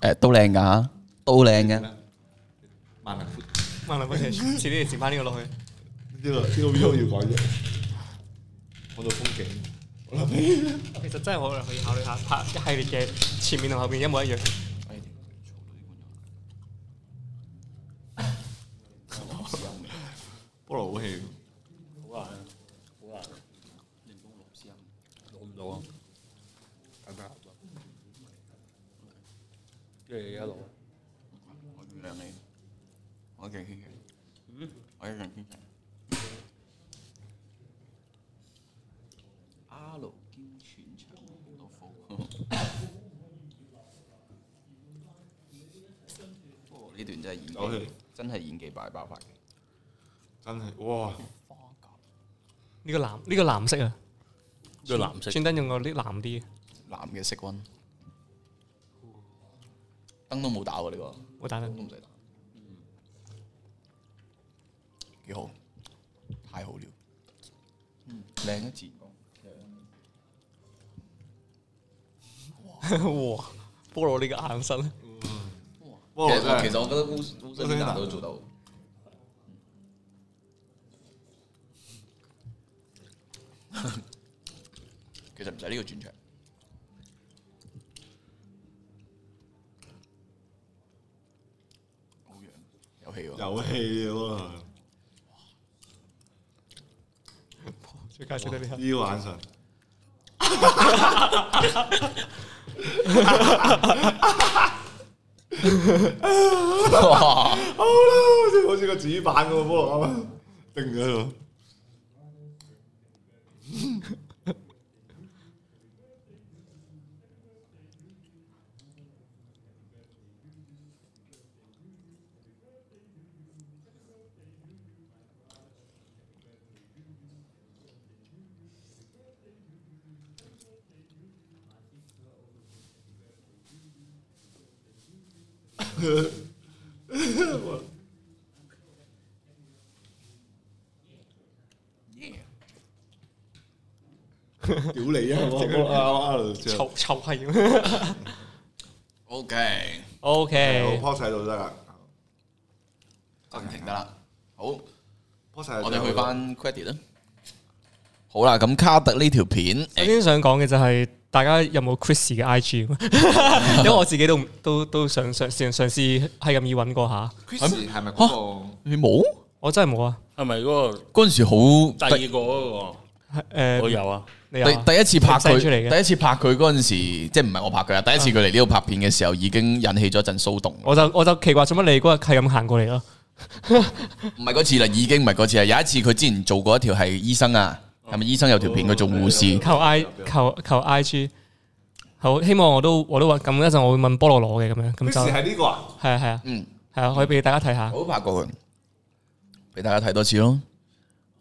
S1: 誒都靚噶，都靚嘅。
S2: 萬能 food
S4: 萬能不遲，遲啲剪翻呢個落去。
S2: 呢個呢個 view 要改啫，我度風景。
S4: 其實真係可能可以考慮下拍一系列嘅前面同後面一模一樣。
S2: 菠蘿好氣，
S3: 好難啊，好難啊！人工老師啊，攞唔到啊！等等，跟住一路
S1: 我原諒你，我一定牽強。我一定牽強。阿勞兼全場老虎。不過呢段真係演
S2: 有血
S1: 技，真係演技大爆發嘅。
S2: 真係哇！
S4: 呢個藍呢個藍色啊，
S3: 都藍 色，
S4: 專登用個啲藍啲嘅。
S1: 男嘅色温，燈都冇打喎呢個。
S4: 我打緊
S1: 都唔使打，幾好，太好了，嗯，靚一字，
S4: 哇！菠蘿呢個眼神，
S2: 菠蘿真係
S1: 實我覺得烏烏
S2: 烏西達
S1: 都做到， 其實唔使呢個轉場，好樣，有戲喎，
S2: 有氣喎，
S4: 最介紹得呢下。
S2: 呢個眼神。
S1: 哇
S2: 好啦，好似好似個紙板咁喎，菠蘿啱啱定咗喺度。屌你啊！我
S4: 臭臭係咁。
S1: O K，
S4: O K，
S2: post 喺度得啦
S1: 暫停得啦。好，我
S2: ，post 喺度
S1: 哋去翻 credit 啦。好啦，咁卡特呢條片，
S4: 首
S1: 誒
S4: 先想講嘅就係大家有冇 Chris 嘅 I G？因為我自己都唔都都想嘗試嘗試係咁易揾過下，
S2: Chris 係咪嗰個？
S1: 你冇
S4: 我真係冇啊。
S3: 係咪嗰個
S1: 嗰陣時好
S3: 第二個嗰個？我
S4: 誒，
S3: 有啊，
S4: 你有
S1: 第
S4: 啊
S1: 第一次拍佢，
S4: 你 send 出嚟嘅
S1: 第一次拍佢嗰陣時，即係唔係我拍佢啊？第一次佢嚟呢度拍片嘅時候，已經引起咗一陣騷動。
S4: 我就我就奇怪做乜你嗰日係咁行過嚟咯？
S1: 唔係嗰次啦，已經唔係嗰次啦。有一次佢之前做過一條係醫生啊，係咪醫生有條片佢做護士？
S4: 求 I
S2: 啊
S4: 求求 I G，好希望我都我都揾咁一陣，我會問菠蘿攞嘅咁樣，咁就
S2: Chris
S4: 係啊
S2: 係呢個啊？
S4: 係啊
S1: 嗯，
S4: 係啊，可以俾大家睇下。
S1: 我都拍過佢，俾大家睇多次咯。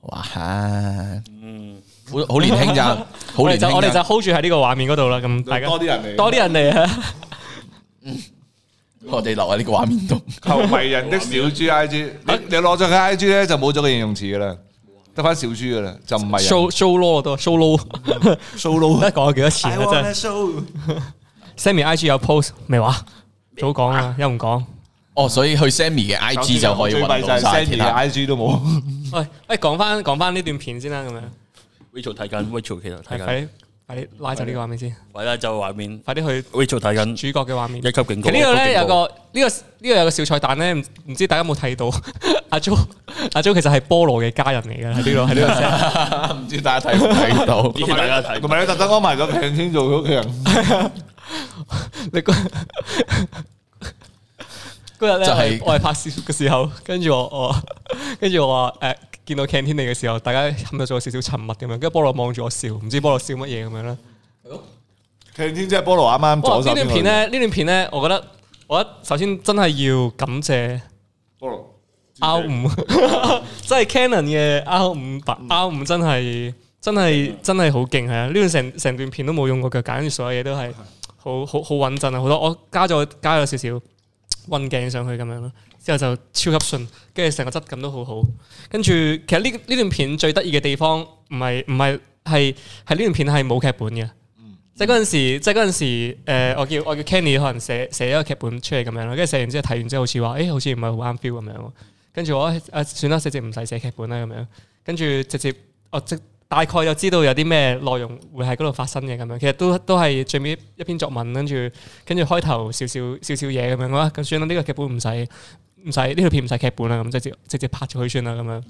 S1: 哇，好好年輕咋，好
S4: 我哋
S1: 年
S4: 就我哋
S1: 輕
S4: 就
S1: 咋。
S4: hold 住喺呢個畫面嗰度啦，咁大家
S2: 多啲人嚟，
S4: 多啲人嚟啊！
S1: 我哋留喺呢個畫面度。
S2: 球迷人的小豬 I G，你你攞咗佢 I G 咧就冇咗個形容詞噶啦，得翻小豬噶啦，就唔
S1: 啊
S2: 係
S4: show show low 都 show low，
S2: show low
S4: 得講咗幾多次啦真係。
S2: show。
S4: Sammy I G 有 post 未話？早講啊，又唔講。
S1: 哦，所以去 Sammy 嘅 IG 就可以
S2: 最
S1: 揾
S2: 弊就
S1: 到
S2: 係
S1: 晒
S2: Sandy
S1: 其
S2: 嘅
S1: 他。
S2: I G 都冇。
S4: 喂喂，講翻講翻呢段片先啦，咁樣
S3: Rachel 睇緊，Rachel 其實睇
S4: 係
S3: 緊，
S4: 快啲快啲拉走呢個畫面先，
S3: 喂啦就畫面
S4: 快啲去
S3: ，Rachel 睇緊
S4: 主角嘅畫面。
S3: 一級警
S4: 其
S3: 告。
S4: 實呢
S3: 一
S4: 度
S3: 級
S4: 咧
S3: 警
S4: 有
S3: 告
S4: 個呢個呢個有個小彩蛋咧，唔唔知大家有冇睇到？ 阿 Jo 阿 Jo 其實係菠蘿嘅家人 嚟嘅，喺呢度喺呢
S1: 唔知大家睇唔睇 到？
S3: 咦大家睇
S2: 同埋你特登安排咗平天做佢屋企人，
S4: 度。你嗰嗰日咧，
S1: 就係
S4: 我係我係拍攝嘅時候，跟住我我跟住我話誒。見到 canteen 嚟嘅時候，大家陷入咗少少沉默咁樣，跟住菠蘿望住我笑，唔知菠蘿笑乜嘢咁樣啦。
S2: 平天即係菠蘿啱啱
S4: 哇！
S2: 左手邊
S4: 呢段
S2: 個
S4: 片，咧，呢段片咧，我覺得，我覺得首先真係要感謝
S2: 菠蘿
S4: R 五， 真係 Canon 嘅 R 五版 R 五真係真係真係好勁係啊！呢段成成段片都冇用過腳，簡直所有嘢都係好好好穩陣啊！好多我加咗加咗少少運鏡上去咁樣咯，之後就超級順，跟住成個質感都好好。跟住其實呢呢段片最得意嘅地方唔係唔係係係呢段片係冇劇本嘅。即係嗰陣時，即係嗰陣時，誒，我叫我叫 Kenny 可能寫寫一個劇本出嚟咁樣啦，跟住寫完之後睇完之後，好似話，誒，好似唔係好啱 feel 咁樣喎。跟住我啊，算啦，直接唔使寫劇本啦咁樣。跟住直接我即大概就知道有啲咩內容會喺嗰度發生嘅咁樣。其實都都係最尾一篇作文，跟住跟住開頭少少少少嘢咁樣啦。咁算啦，呢個劇本唔使唔使呢條片唔使劇本啦，咁直接直接拍咗佢算啦咁樣。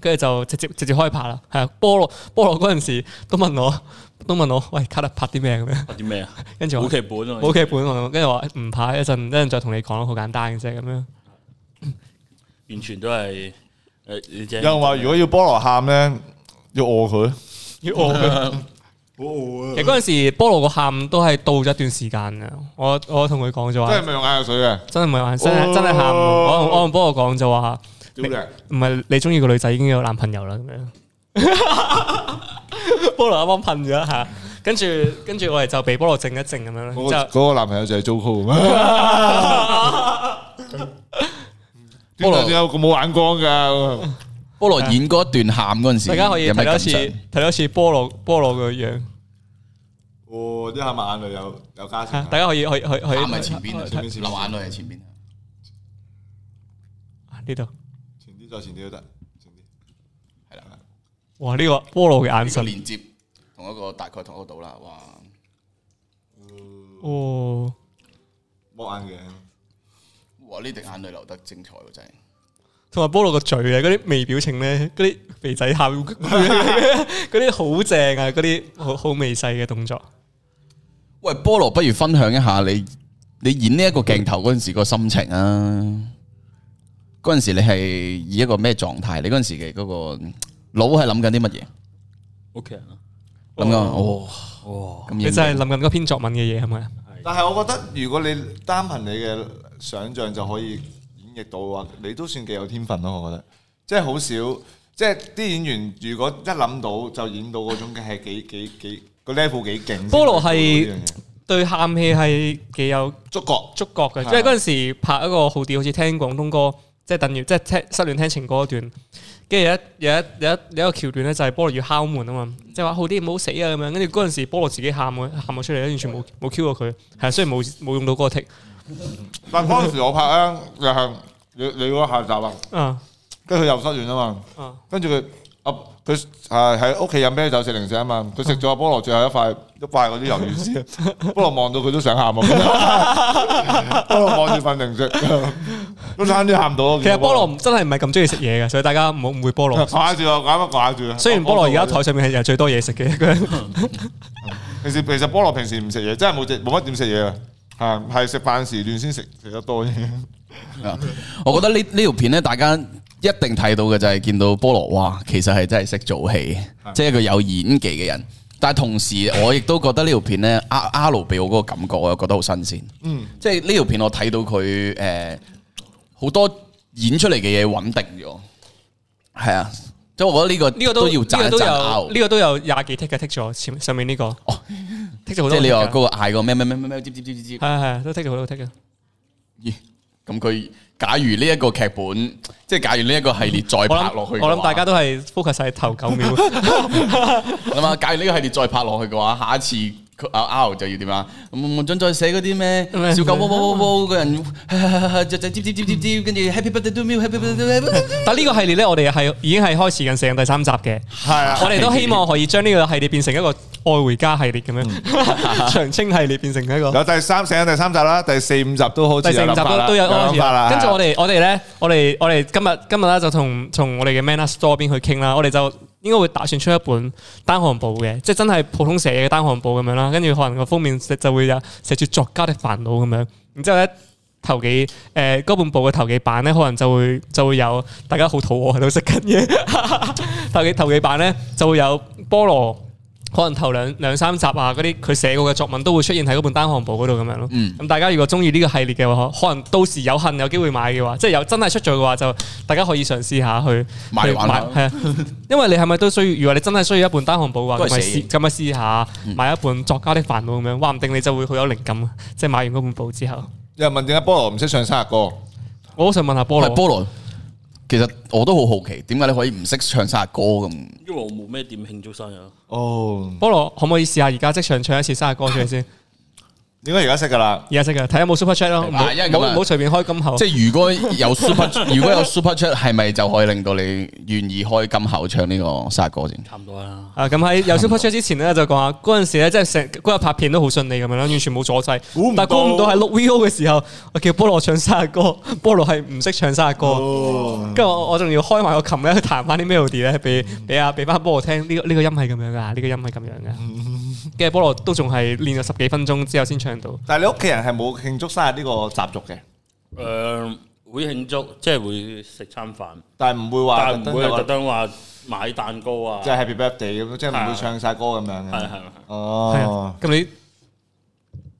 S4: 跟住就直接直接開拍啦。係啊，菠蘿菠蘿嗰陣時都問我都問我，喂卡特拍啲咩咁樣？
S3: 拍啲咩啊？
S4: 跟住我
S3: 冇劇本啊！
S4: 冇劇本喎，跟住話唔拍，一陣一陣再同你講咯，好簡單嘅啫咁樣。
S3: 完全都係誒你
S2: 有
S3: 只
S2: 人話如果要菠蘿喊咧，要餓佢。
S4: 要餓嘅。其實嗰陣時，菠蘿個喊都係到咗一段時間嘅。我我同佢講就
S2: 真係
S4: 話，
S2: 咪用眼藥水嘅？
S4: 真係唔係玩，真係真係喊。我同我同菠蘿講就話，
S2: 屌你！
S4: 唔係你中意個女仔已經有男朋友啦咁樣。 菠蘿啱啱噴咗一下，跟住跟住我哋就俾菠蘿靜一靜咁樣
S2: 嗰個
S4: 啦。
S2: 嗰個男朋友就係 Zuko 菠蘿點解咁冇眼光㗎？
S1: 菠蘿演嗰一段喊嗰陣時，
S4: 就大家可以
S1: 有咩
S4: 睇多
S1: 感
S4: 次
S1: 想
S4: 睇多次菠蘿菠蘿個樣，
S2: 哦，啲喊埋眼淚有有加成
S4: 啊大家可以可以可以可以
S1: 喊喺前邊啊，
S2: 前邊前邊
S1: 流眼淚喺前邊啊。
S4: 啊呢度。
S2: 前啲再前啲都得，前啲
S4: 哇！呢個菠蘿嘅眼
S1: 呢個
S4: 神，
S1: 連接同一個大概同一個度啦，哇！
S4: 哦，
S2: 剝眼鏡。
S1: 哇！呢滴眼淚流得精彩喎，真係。
S4: 同埋菠蘿個嘴咧，嗰啲微表情咧，嗰啲肥仔喊， 嗰啲好正啊！嗰啲好好微細嘅動作，
S1: 喂，菠蘿，不如分享一下你你演呢一個鏡頭嗰陣時個心情啊！嗰陣時你係以一個咩狀態？你嗰陣時嘅嗰個腦係諗緊啲乜嘢？
S3: 屋企人啊！
S1: 諗緊哦，
S3: 哦，
S1: 咁
S4: 你
S1: 認
S4: 就係諗緊嗰篇作文嘅嘢係咪啊？
S2: 但係我覺得如果你單憑你嘅想像就可以演繹到嘅話，你都算幾有天分咯。我覺得，即係好少，即係啲演員如果一諗到就演到嗰種嘅係幾幾幾個 level 幾勁。
S4: 菠蘿係對喊氣係幾有
S2: 觸覺，
S4: 觸覺嘅，即係嗰陣時拍一個好啲，好似聽廣東歌即係等於即係聽失戀聽情歌嗰段，跟住有一有一有一有一個橋段咧，就係菠蘿要敲門啊嘛，即係話好啲唔好死啊咁樣，跟住嗰陣時菠蘿自己喊嘅，喊咗出嚟，完全冇冇 Q 過佢，係啊，雖然冇冇用到嗰個 tick
S2: 但嗰陣時我拍咧又係你你嗰個下集啊，
S4: 啊
S2: 跟住佢又失戀啊嘛。
S4: 啊
S2: 跟住佢啊，佢係喺屋企飲啤酒食零食啊嘛，佢食咗菠蘿最後一塊一塊嗰啲魷魚絲， 菠蘿望到佢都想喊啊！ 菠蘿望住份零食，都差啲喊到。
S4: 其實菠蘿真係唔係咁中意食嘢嘅，所以大家唔好誤會菠
S1: 哦
S4: 蘿。
S2: 掛住我，掛乜掛住啊？
S4: 雖然菠蘿而家台上面係有最多嘢食嘅一個人，
S2: 平時其實菠蘿平時唔食嘢，真係冇食冇乜點食嘢啊，係係食飯時段先食食得多啫。
S1: 啊我覺得呢呢條片咧，大家一定睇到嘅就係見到菠蘿，哇，其實係真係識做戲，即係一個有演技嘅人。但係同時，我亦都覺得呢條片咧，阿阿盧俾我嗰個感覺，我又覺得好新鮮。嗯，即係呢條片我睇到佢誒好多演出嚟嘅嘢穩定咗，係啊，即係我覺得呢個
S4: 呢個都
S1: 要
S4: 呢個
S1: 讚一
S4: 都
S1: 讚
S4: 有
S1: out
S4: 呢個都有廿幾 tick 嘅 tick 咗前上面呢個，
S1: 哦
S4: 剔咗好多。
S1: 即係你話嗰個嗌個咩咩咩咩咩，接接接接接
S4: 係。啊係啊，都剔咗好多 tick 嘅。
S1: 咦咁佢假如呢一個劇本，即係假如呢一個系列再
S4: 我
S1: 拍
S4: 諗
S1: 落去嘅話，
S4: 我諗大家都係 focus 晒頭 九秒。
S1: 諗下，啊假如呢個系列再拍落去嘅話，下一次佢阿 R 就要點啊？唔准再寫嗰啲咩
S4: 咩
S1: 小狗喔喔喔喔個人， 雀仔接接接接接，跟住 Happy Birthday to me，Happy Birthday to me。
S4: 但呢個系列咧，我哋係已經係開始緊寫緊第三集 嘅。
S2: 係啊
S4: 我哋都希望可以將呢個系列變成一個愛回家系列咁
S1: 嗯
S4: 樣，長青系列變 成一個。
S2: 有第三，寫緊第三集啦，第四五集都好似
S4: 第四五
S2: 有諗
S4: 集
S2: 法
S4: 都
S2: 啦
S4: 都有
S2: 諗
S4: 開始
S2: 法啦。啊
S4: 啦。跟住我哋我哋咧，我哋我哋今日今日咧就同同我哋嘅 Manner Store 邊去傾啦。我哋就應該會打算出一本單行簿嘅，即係真係普通寫嘅單行簿咁樣啦。跟住可能個封面寫就會有寫住作家的煩惱咁樣。然之後咧。頭幾誒嗰本簿嘅頭幾版咧，可能就會就會有大家好肚餓喺度食緊嘢。 頭幾頭幾版咧就會有菠蘿，可能頭兩兩三集啊嗰啲佢寫過嘅作文都會出現喺嗰本單行簿嗰度咁樣咯。
S1: 嗯
S4: 咁大家如果中意呢個系列嘅話，可可能到時有幸有機會買嘅話，即係有真係出咗嘅話，就大家可以嘗試下去
S1: 買嚟玩下
S4: 係啊，因為你係咪都需要？如果你真係需要一本單行簿嘅話，
S1: 都
S4: 咁
S1: 係
S4: 咪
S1: 寫
S4: 試咁咪試下
S1: 嗯
S4: 買一本作家的煩惱咁樣，話唔定你就會好有靈感啊！即係買完嗰本簿之後，
S2: 有人問點解菠蘿唔識唱生日歌？
S4: 我好想問下菠
S1: 係
S4: 蘿，
S1: 菠蘿，其實我都好好奇，點解你可以唔識唱生日歌咁？
S3: 因為我冇咩點慶祝生日咯，
S2: 哦，
S4: 菠蘿可唔可以試下而家即場唱一次生日歌出 嚟先？
S2: 應該而家識㗎啦。
S4: 而家識嘅，睇下有冇 super chat 咯，唔好
S1: 啊因為咁啊
S4: 唔好隨便開金口。
S1: 即係如果有 super，如 果有 super chat，係咪就可以令到你願意開金口唱呢個生日歌先？
S3: 差唔多啦。
S4: 啊，咁喺有 super chat 之前咧，就講下嗰陣時咧，即係成嗰日拍片都好順利咁樣啦，完全冇阻滯
S2: 估唔。到
S4: 但估唔到喺錄 VO 嘅時候，我叫菠蘿唱生日歌，菠蘿係唔識唱生日歌，
S2: 哦，
S4: 跟住我我仲要開埋個琴咧去彈翻啲 melody 咧，俾俾啊俾翻菠蘿聽，呢個呢個音係咁樣噶，呢個音係咁樣噶。
S1: 嗯
S4: 跟住菠蘿都仲係練咗十幾分鐘之後先唱到。
S2: 但係你屋企人係冇慶祝生日呢個習俗嘅，
S3: 誒、會慶祝，即係會食餐飯，
S2: 但係唔會話啊特
S3: 但係
S2: 登
S3: 唔會
S2: 有
S3: 特
S2: 個
S3: 登話買蛋糕啊
S2: 即。係 Happy Birthday 咁，即係唔會唱晒歌咁樣嘅。
S3: 係係係
S4: 係
S2: 哦
S4: 啊，，咁你你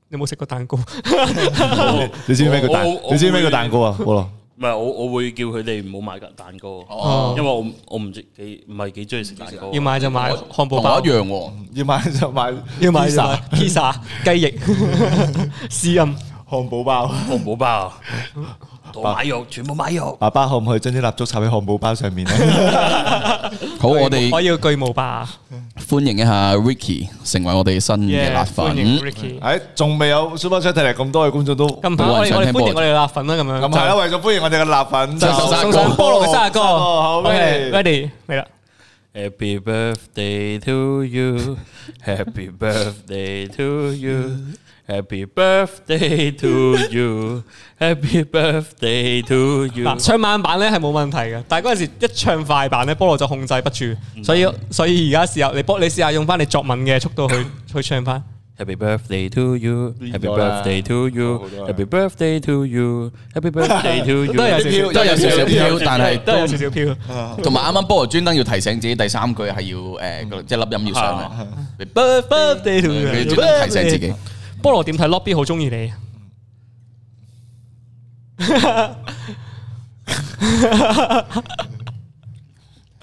S4: 有冇食過蛋糕？
S3: 我
S2: 你知唔知咩叫蛋
S3: 我我？
S2: 你知唔知咩叫蛋糕啊？菠蘿
S3: 唔係我我會叫佢哋唔好買蛋糕，
S1: 哦
S3: 因為我唔我唔知幾唔係幾中意食蛋糕。
S4: 要買就買漢堡
S1: 同
S4: 包
S1: 我一。樣喎。
S2: 要買就買，
S4: 要買就買 pizza 雞 翼私音。
S2: 漢堡包。
S3: 漢堡 包、同買肉，全部買肉。
S2: 爸爸可唔可以將啲蠟燭插喺漢堡包上面咧？
S1: 好，我哋
S4: 我要巨無霸
S1: 歡迎一下 Ricky 成為我哋新嘅嗯辣粉。嗯
S4: 歡迎 Ricky。
S2: 誒，仲未有 Super Chat 嚟咁多嘅觀眾都咁
S4: 近排我
S1: 冇人
S4: 哋
S1: 想
S4: 我哋
S1: 聽
S4: 歡
S1: 菠
S4: 迎
S1: 蘿
S4: 我哋辣粉啦，咁樣
S2: 係啦，，為咗歡迎我哋嘅蠟粉，
S1: 就
S4: 就
S1: 送
S4: 送
S1: 上
S4: 上菠蘿嘅生日歌。
S2: 好咩
S4: OK，ready 嚟啦。
S3: Happy birthday to you, Happy birthday to you, Happy birthday to you, Happy birthday to you。
S4: 嗱，唱慢版咧係冇問題嘅，但係嗰陣時一唱快版咧，菠蘿就控制不住，
S1: 嗯
S4: 所以所以而家試下你幫你試下用翻你作文嘅速度
S1: 嗯
S4: 去去唱翻。
S3: Happy birthday to you, Happy
S2: 變咗啦。
S3: birthday to you,
S2: 好多啦。
S3: Happy birthday to you, Happy birthday to you。
S4: 都係有少少
S1: 都有少少飄，但係嗯
S4: 都有少少飄。
S1: 同埋啱啱菠蘿專登要提醒自己第三句係要誒，即係粒音要上啊嘅。
S4: Birthday to
S1: 佢
S4: you
S1: 專登提醒自己。
S4: 菠蘿點睇 Lobby 好中意你？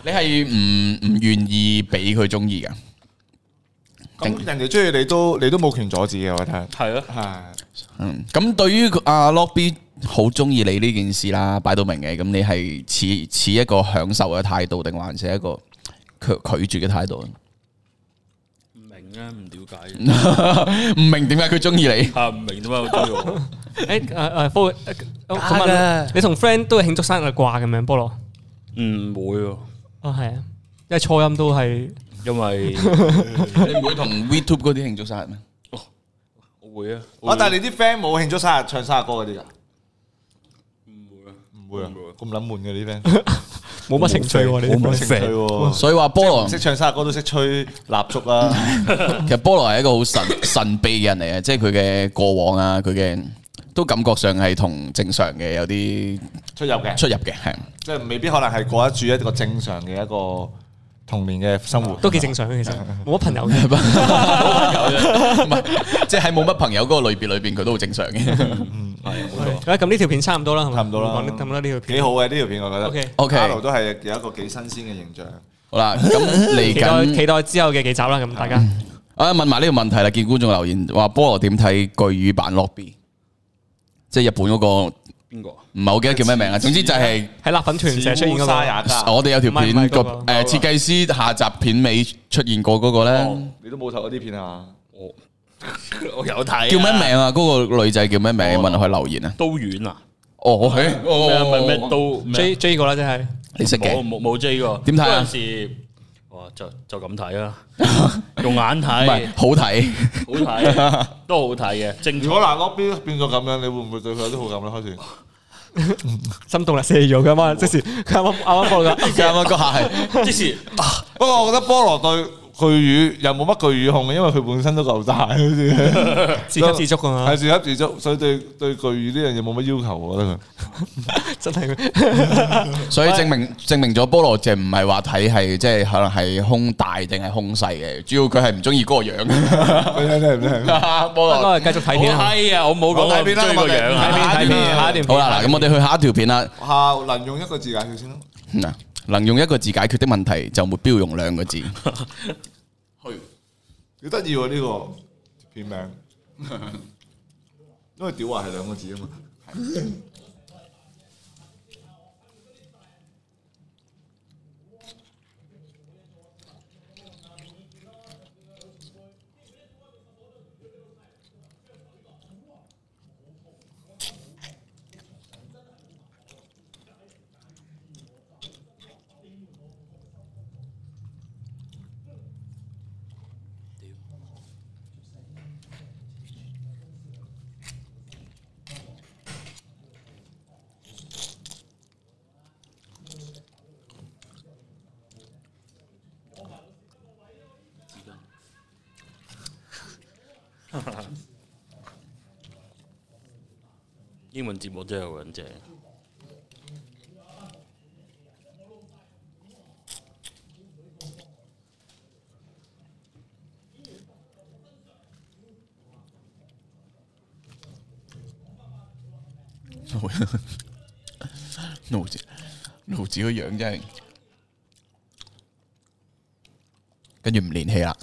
S1: 你係唔唔願意俾佢中意嘅，
S2: 咁人哋中意你都你都冇權阻止嘅，我睇。
S3: 係咯，
S2: 係
S1: 嗯，咁對於佢阿 Lobby 好中意你呢件事啦，擺到明嘅，咁你係似似一個享受嘅態度，定還是一個拒拒絕嘅態度？
S3: 唔明咧，唔了解嘅，
S1: 唔明點解佢中意你？
S3: 啊唔明點解我中意我？
S4: 诶诶诶，菠蘿誒我
S1: 假㗎
S4: 我問你同 friend 都係慶祝生日掛咁樣，菠蘿
S3: 唔會喎，
S4: 哦係啊，因為初音都係
S3: 因為
S1: 你唔會同 VTube 嗰啲慶祝生日咩？
S3: 我會啊，
S2: 啊，但係你啲 friend 冇慶祝生日唱生日歌嗰啲㗎？
S3: 唔會啊，
S2: 唔會啊
S3: 唔會啊，
S2: 咁撚悶嘅啲 friend，
S4: 冇乜情趣喎，你
S2: 冇
S4: 啲
S2: 興趣喎。
S1: 所以話菠
S2: 唔識
S1: 蘿
S2: 唱生日歌都識吹蠟燭啦，
S1: 其實菠蘿係一個好神 神秘嘅人嚟嘅，即係佢嘅過往啊，佢嘅都感覺上係同正常嘅有啲
S2: 出入嘅，
S1: 出入嘅， 係
S2: 即係未必可能係過得住一個正常嘅一個童年嘅生活。
S4: 都幾正常嘅其實，冇乜朋友嘅。
S1: 唔係即係喺冇乜朋友嗰個類別裏邊，佢都好正常嘅。
S3: 係冇 錯。
S4: 好啊啦咁呢條片差唔多啦，係咪
S2: 差唔多啦
S4: 講得咁啦呢條片
S2: 幾好嘅呢條片，我覺得。
S4: OK
S1: OK
S2: 阿盧都係有一個幾新鮮嘅形象。
S1: 好啦，咁嚟
S4: 期待
S1: 緊
S4: 期待之後嘅幾集啦，咁大家
S1: 啊，問埋呢個問題啦，見觀眾留言話菠蘿點睇巨語版 lobby，即係日本嗰個唔
S3: 邊個啊？
S1: 係好記得叫咩名 啊，總之就係、
S4: 喺辣粉團社出現嗰
S2: 似烏沙
S4: 個
S2: 雅加
S1: 我哋有條片
S4: 啊唔係唔係
S1: 個
S4: 嗰個
S1: 誒設計師下集片尾出現過嗰個咧，
S2: 哦你都冇睇嗰啲片啊嘛？
S3: 我 我有睇啊
S1: 叫咩名啊？嗰個女仔叫咩名？問佢留言啊！
S3: 刀丸啊？
S1: 哦，係
S3: 咩啊咪咩
S1: 哦，
S3: 刀咩啊
S4: J J 個啦，真係
S1: 你識
S3: 冇
S1: 嘅？
S3: 冇冇 J 個？
S1: 點睇啊
S3: 嗰陣時，哇就就咁睇啦，用眼
S1: 唔係
S3: 睇，
S1: 好睇，
S3: 好 睇，都好睇嘅，精
S2: 如
S3: 彩
S2: 果。嗱 lobby 變咗咁樣，你會唔會對佢有啲好感咧？開始
S4: 心動啦，射咗佢啱啱，即時佢啱啱啱啱播㗎。
S1: 啱啱嗰下係
S3: 即是
S2: 不過我覺得菠蘿對巨魚又冇乜巨魚控嘅，因為佢本身都夠大，好似
S4: 自給自足㗎嘛
S2: 係自給自足，所以對對巨魚呢樣嘢冇乜要求，我覺得佢。
S4: 真係
S1: 所以證明證明咗菠蘿就唔係話睇係即係可能係胸大定係胸細嘅，主要佢係唔中意嗰個樣。
S2: 你聽唔聽？
S1: 菠
S4: 不
S1: 蘿
S4: 過繼續睇片
S3: 好
S4: 啊，
S3: 嗨啊！我冇講
S2: 我睇片啦
S3: 我唔追個樣
S4: 睇
S3: 啊，
S4: 片睇片，下一段
S1: 好啦，嗱，咁我哋去下一條片啦。
S2: 下能用一個字介紹先咯。
S1: 嗱，能用一個字解決的問題，就沒必要用兩個字。
S2: 幾得意喎呢個片名，因為屌話係兩個字啊嘛。
S3: 英文節目真係好撚正。
S1: 盧子，盧子個樣真係，跟住唔連氣啦。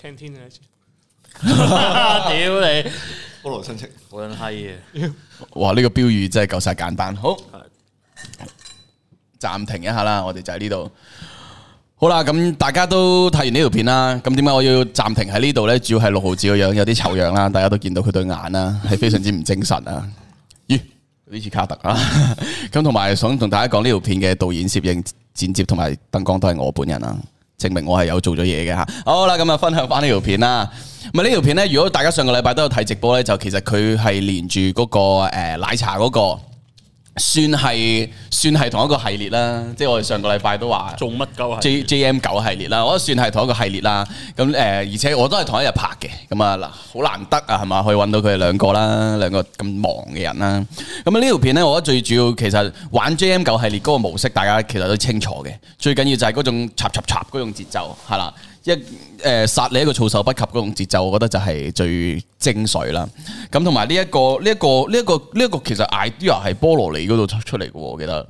S4: canteen 啊，
S3: 啊屌你，
S2: 菠蘿親戚，
S3: 好撚嗨嘅。
S1: 哇！呢、個標語真係夠晒簡單。好，暫停一下啦，我哋就喺呢度。好啦，咁大家都睇完呢條片啦。咁點解我要暫停喺呢度呢？主要係六毫子個樣有啲醜樣啦，大家都見到佢對眼啦，係非常之唔精神啊。咦，呢次卡特啊！ 咁同埋想同大家講呢條片嘅導演、攝影、剪接同埋燈光都係我本人啊，證明我係有做咗嘢嘅吓。好啦，咁啊分享翻呢條片啦。咁啊呢條片呢，如果大家上個禮拜都有睇直播呢，就其實佢係連住嗰、個、呃、奶茶嗰、個。算係算係同一個系列啦，即係我哋上個禮拜都話
S3: 做乜鳩係？
S1: J J M 九系列啦，我覺得算係同一個系列啦。咁誒、呃而且我都係同一日拍嘅，咁啊嗱，好難得啊，係嘛？可以揾到佢哋兩個啦，兩個咁忙嘅人啦。咁啊呢條片呢，我覺得最主要其實玩 J M 九系列嗰個模式，大家其實都清楚嘅。最緊要就係嗰種插插插嗰種節奏，係啦。一誒、呃、殺你一個措手不及嗰種節奏，我覺得就係最精髓啦。咁同埋呢一個呢一、個呢一、個呢一、個其實 idea 係菠蘿你嗰度出出嚟嘅喎，我記得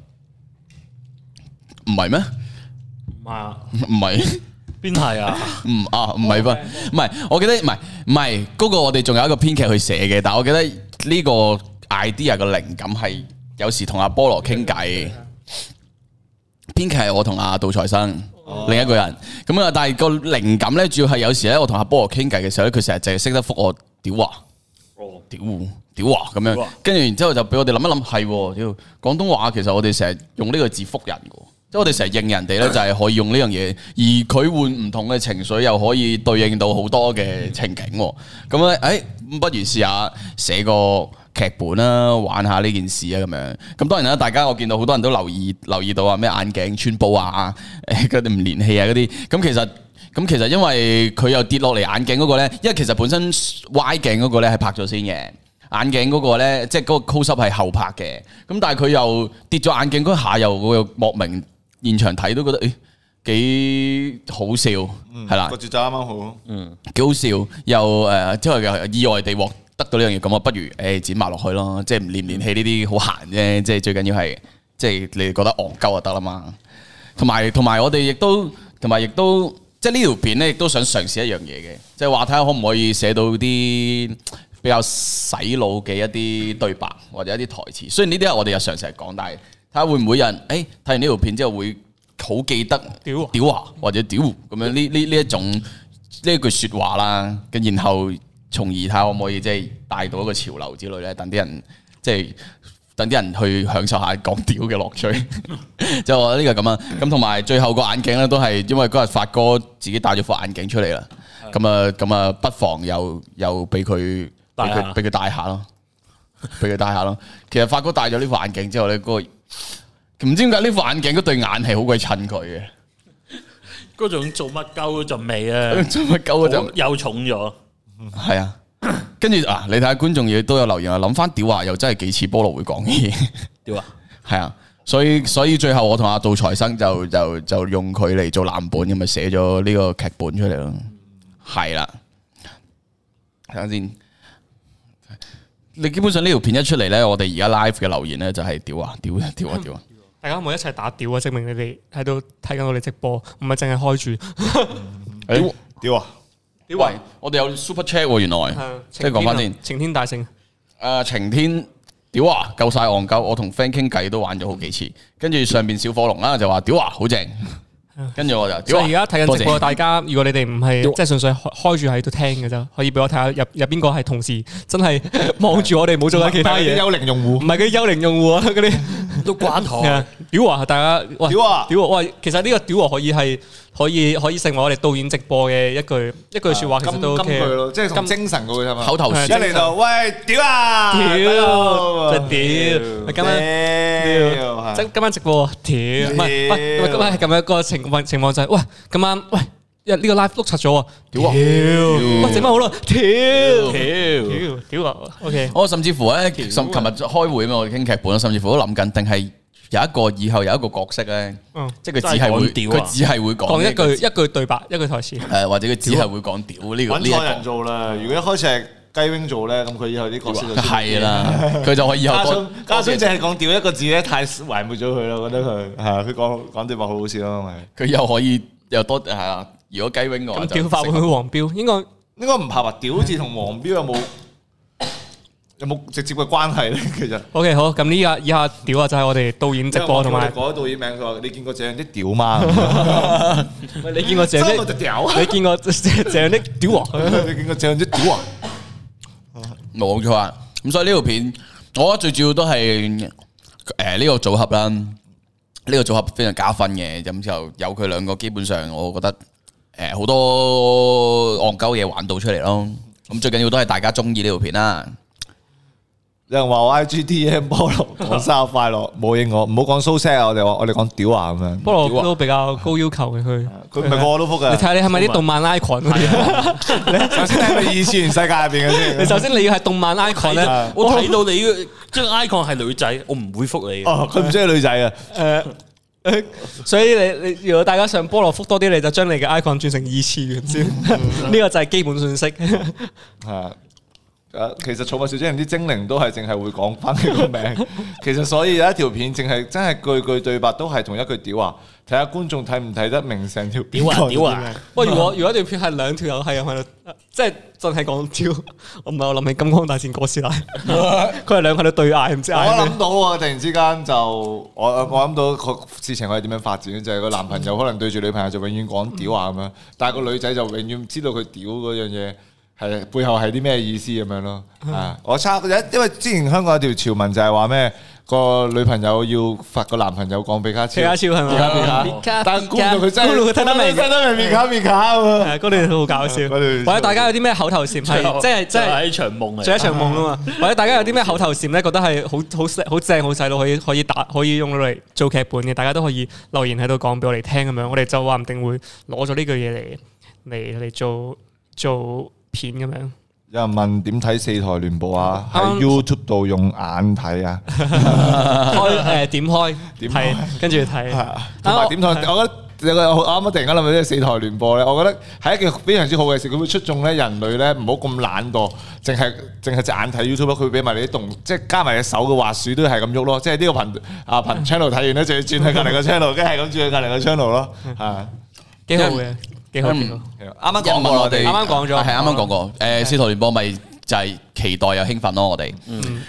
S1: 唔係咩？
S3: 唔係啊，
S1: 唔係，
S3: 邊係啊？
S1: 唔啊，唔係分，唔係，我記得唔係唔係嗰個，我哋仲有一個編劇去寫嘅，但係我記得呢個 idea 嘅靈感係有時同阿菠蘿傾偈。編劇係我同阿杜財生另一個人，咁啊，但係個靈感咧，主要係有時咧，我同阿菠蘿傾偈嘅時候咧，佢成日淨係識得覆我屌啊！
S3: 哦，
S1: 屌屌啊咁樣，跟住然之後就俾我哋諗一諗，係喎屌廣東話其實我哋成日用呢個字覆人嘅喎，即係我哋成日應人哋 咧就係可以用呢樣嘢，而佢換唔同嘅情緒又可以對應到好多嘅情景喎。咁咧，誒、哎不如試下寫個劇本啦，玩下呢件事啊咁樣。咁當然啦，大家我見到好多人都留意留意到啊，咩眼鏡穿煲啊， 誒嗰啲唔連氣啊嗰啲，咁其實。咁其實因為佢又跌落嚟眼鏡嗰個咧，因為其實本身歪鏡嗰個咧係拍咗先嘅。眼鏡嗰個咧，即係嗰個 close up 係後拍嘅，咁但係佢又跌咗眼鏡嗰下，又我又莫名現場睇都覺得，誒幾好笑，係啦、
S2: 個節奏啱啱好。
S1: 幾好笑，又誒、呃之後又意外地獲得到呢樣嘢，咁啊不如誒、剪埋落去咯，即係唔練唔練氣呢啲好閒啫，即係最緊要係即係你哋覺得戇鳩就得啦嘛。同埋同埋我哋亦都同埋亦都即係呢條片咧，亦都想嘗試一樣嘢嘅，即係話睇下可唔可以寫到啲比較洗腦嘅一啲對白或者一啲台詞。雖然呢啲係我哋日常成日講，但係睇下會唔會有人誒睇、完呢條片之後會好記得
S4: 屌啊
S1: 屌啊或者屌咁樣呢呢呢一種呢一句説話啦，跟然後從而睇下可唔可以即係帶到一個潮流之類咧，等啲人即係。等啲人去享受下講屌嘅樂趣， 就我覺得呢個咁啊。咁同埋最後個眼鏡咧，都係因為嗰日發哥自己戴咗副眼鏡出嚟啦。咁啊，咁啊，不妨又又俾佢俾
S3: 戴
S1: 佢
S3: 下
S1: 俾佢戴下咯，俾佢戴下咯。其實發哥戴咗呢副眼鏡之後咧，嗰、個唔知點解呢副眼鏡嗰對眼係好鬼襯佢嘅，
S3: 嗰種做乜鳩嗰陣味啊，
S1: 做乜鳩嗰陣
S3: 好又重咗。
S1: 係啊。跟住啊，你睇下觀眾亦都有留言啊，諗翻屌啊，又真係幾似菠蘿會講嘅嘢。
S3: 屌啊！
S1: 係啊，所以所以最後我同阿杜財生就就就用佢嚟做藍本咁咪寫咗呢個劇本出嚟咯。係啦，睇下先。你基本上呢條片一出嚟咧，我哋而家 live 嘅留言咧就係屌啊屌啊屌啊屌啊！
S4: 大家可唔可以一齊打屌啊？證明你哋喺度睇緊我哋直播，唔係淨係開住。
S1: 誒，
S2: 屌啊！
S1: 屌喂，我哋有 super chat 喎，原來
S4: 係
S1: 即係講翻先。，
S4: 晴天大聖，
S1: 誒啊晴天，屌啊，夠晒戇鳩！我同 friend 傾偈都玩咗好幾次，跟住上邊小火龍啦就話屌啊，好正，跟住我就屌
S4: 所
S1: 啊！
S4: 以而家睇緊
S1: 多
S4: 直播，
S1: 謝
S4: 大家如果你哋唔係即係純粹開開住喺度聽嘅啫，可以俾我睇下入入邊個係同事，真係 望住我哋冇做緊其他嘢，
S2: 幽靈用户
S4: 唔。係嗰啲幽靈用户啊嗰啲。
S3: 都關
S4: 係
S3: 台
S4: 啊，屌啊！大家喂，
S2: 屌啊
S4: 屌啊！喂，其實呢個屌啊可以係可以可以成為我哋導演直播嘅一句一句説話，其實
S2: 金
S4: 都
S2: 金
S4: OK
S2: 句咯，即係同
S4: 金
S2: 精神嗰句啫嘛。
S1: 口頭
S4: 係
S1: 禪
S2: 一。嚟到，喂，屌啊！
S4: 屌
S2: 真
S4: 真屌今
S2: 晚
S4: 屌，即係今晚直播，屌，唔係唔係，喂今晚係咁樣個情況情況就係，喂，今晚喂，因為呢個 live 碌柒咗喎，
S1: 屌啊
S4: 喂，整翻好咯，屌，
S1: 屌！
S4: 屌，屌啊，OK，
S1: 我甚至乎咧，甚啊琴日開會啊嘛，我哋傾劇本，甚至乎都諗緊，定係有一個以後有一個角色咧，
S4: 嗯，
S1: 即係佢只係會，
S3: 真係講屌啊
S1: 佢只係會講
S4: 講
S1: 呢
S4: 一句一句對白，一句台詞，
S1: 誒，或者佢只係會講屌呢個
S2: 揾
S1: 呢一
S2: 錯人
S1: 個
S2: 做啦。如果一開始係雞 wing 做咧，咁佢以後啲角
S1: à,
S2: 色就
S1: 係。啦， 佢就可以以後
S2: 加
S1: 多
S2: 上加上淨係講屌一個字咧，太埋沒咗佢啦。我覺得佢係啊佢講講對白好好笑咯，咪
S1: 佢又可以又多係啦。如果雞 wing 嘅話
S4: 咁
S1: 哦就
S4: 屌法會唔會黃標？應該
S2: 應該唔怕話屌字同黃標有冇有冇直接嘅關係咧？其實
S4: OK 好，咁呢下以下屌啊就係我哋導演直播同埋
S2: 改，導演名，佢話你見過這樣啲屌嗎？
S4: 喂你見過姐
S2: 真
S4: 姐
S2: 係，我隻屌啊！
S4: 你見過 姐姐的屌啊？
S2: 你見過這樣啲屌啊？
S1: 冇錯啊。咁所以呢條片，我覺得最主要都係誒呢個組合啦，呢、個組合非常加分嘅。咁就有佢兩個，基本上我覺得誒好、多戇鳩嘢玩到出嚟咯。咁最緊要都係大家中意呢條片啦。
S2: 有人話我 I G D M 菠蘿講生日快樂， 冇應我，唔好講蘇 s 啊！我哋話我哋講屌啊咁樣，
S4: 不過都比較高要求嘅
S1: 啊
S4: 佢，
S2: 佢唔係個個都覆嘅
S4: 你睇。下你係咪啲動漫 icon 嗰啲？啊
S2: 首先睇佢二次元世界入邊嘅先。
S4: 你首先你要係動漫 icon 咧，
S1: 啊
S3: 我睇到你嘅即係 icon 係女仔，我唔會覆你嘅。
S2: 哦，佢唔中意女仔啊，
S4: 所以你你如果大家上菠蘿福多啲，你就將你
S1: 嗯
S4: 嘅 icon 轉成二次元先，呢個就係基本信息。
S2: 係啊誒，其實《寵物小精靈》啲精靈都係淨係會講翻佢個名， 其實所以有一條片淨係真係句句對白都係同一句屌啊！睇下觀眾睇唔睇得明成條片
S3: 屌啊
S2: 講啲
S3: 屌啊
S2: 咩！
S4: 喂，如果如果段片係兩條友係咁喺度，即係真係講超，我唔係我諗起金剛大戰哥斯拉，佢係兩個喺度對嗌，唔知
S2: 我
S4: 嗌咩
S2: 諗到啊！突然之間就我我諗到個事情係點樣發展，就係、個男朋友可能對住女朋友就永遠講屌啊咁樣，但係個女仔就永遠知道佢屌嗰樣嘢係背後係啲咩意思咁樣咯。
S4: 嗯
S2: 啊！我差因為之前香港有條潮文就係話咩個女朋友要罰個男朋友講比卡超
S4: 皮。卡超係咪？
S2: 皮卡但係估唔到佢真係
S4: 估唔到佢睇得明
S2: 睇得明皮卡皮卡咁 啊！
S4: 係嗰段好搞笑。
S2: 嗰段
S4: 或者大家有啲咩口頭禪係即係即係。
S3: 喺場夢嚟，
S4: 做一場夢啊嘛，或者大家有啲咩口頭禪咧，覺得係好好好正好細路可以可以打可以用到嚟做劇本嘅，大家都可以留言喺度講俾我哋聽咁樣，我哋就話唔定會攞咗呢句嘢嚟嚟嚟做做片咁樣。
S2: 有人問點睇四台聯播啊？喺
S4: 啱
S2: YouTube 度用眼睇啊！
S4: 開誒點開，
S2: 點開
S4: 係跟住睇，
S2: 同埋點台，我覺得有個我啱啱突然間諗到呢四台聯播咧，我覺得係一件非常之好嘅事。佢會出眾咧人類咧唔好咁懶惰，淨係淨係隻眼睇 YouTube，佢會俾埋你啲動，即係加埋隻手嘅滑鼠都係咁喐咯。即係呢個頻啊頻 channel 睇完咧，就要轉去隔離個 channel，跟住係咁轉去隔離個 channel 咯。啊，
S4: 幾好嘅，幾好
S1: 嗯
S4: 幾好。
S2: 啱啱講過啦我哋
S4: 啱啱講咗
S1: 啊
S4: 嗯
S1: 系啱啱講過。誒，司徒聯播咪就係期待又興奮咯，我哋。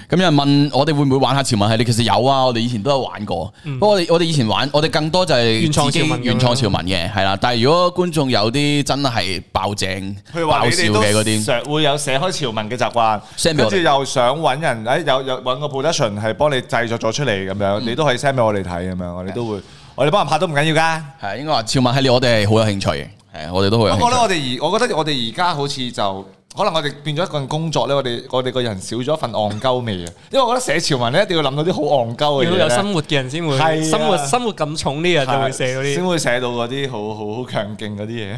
S1: 咁有人問我哋會唔會玩下潮文系列？其實有啊，我哋以前都有玩過。不過我哋我哋以前玩，我哋更多就係
S4: 嗯原創
S1: 自己
S4: 潮文咁樣
S1: 原創潮文嘅，係啦。但係如果觀眾有啲真係爆正、
S2: 佢話
S1: 爆
S2: 你
S1: 笑
S2: 哋都
S1: 嘅嗰啲，
S2: 常會有寫開潮文嘅習慣，
S1: send 俾
S2: 跟
S1: 我哋
S2: 住又想揾人，誒有有揾個 production 係幫你製作咗出嚟咁樣，你都可以 send 俾我哋睇咁樣，我哋都會，我哋幫人拍都唔緊要㗎。
S1: 係應該話潮文系列，我哋係好有興趣嘅。係，我哋都好有
S2: 不過咧，
S1: 興趣。
S2: 我哋而我覺得我哋而家好似就可能我哋變咗一份工作咧，我哋我哋個人少咗一份戇鳩味啊！因為我覺得寫潮文咧，一定要諗到啲好戇鳩嘅嘢
S4: 要
S2: 呢
S4: 有生活嘅人先會
S2: 係啊
S4: 生活生活咁重呢，人就會
S2: 係
S4: 寫嗰
S2: 先
S4: 啲。
S2: 會寫到嗰啲好好好強勁嗰啲嘢，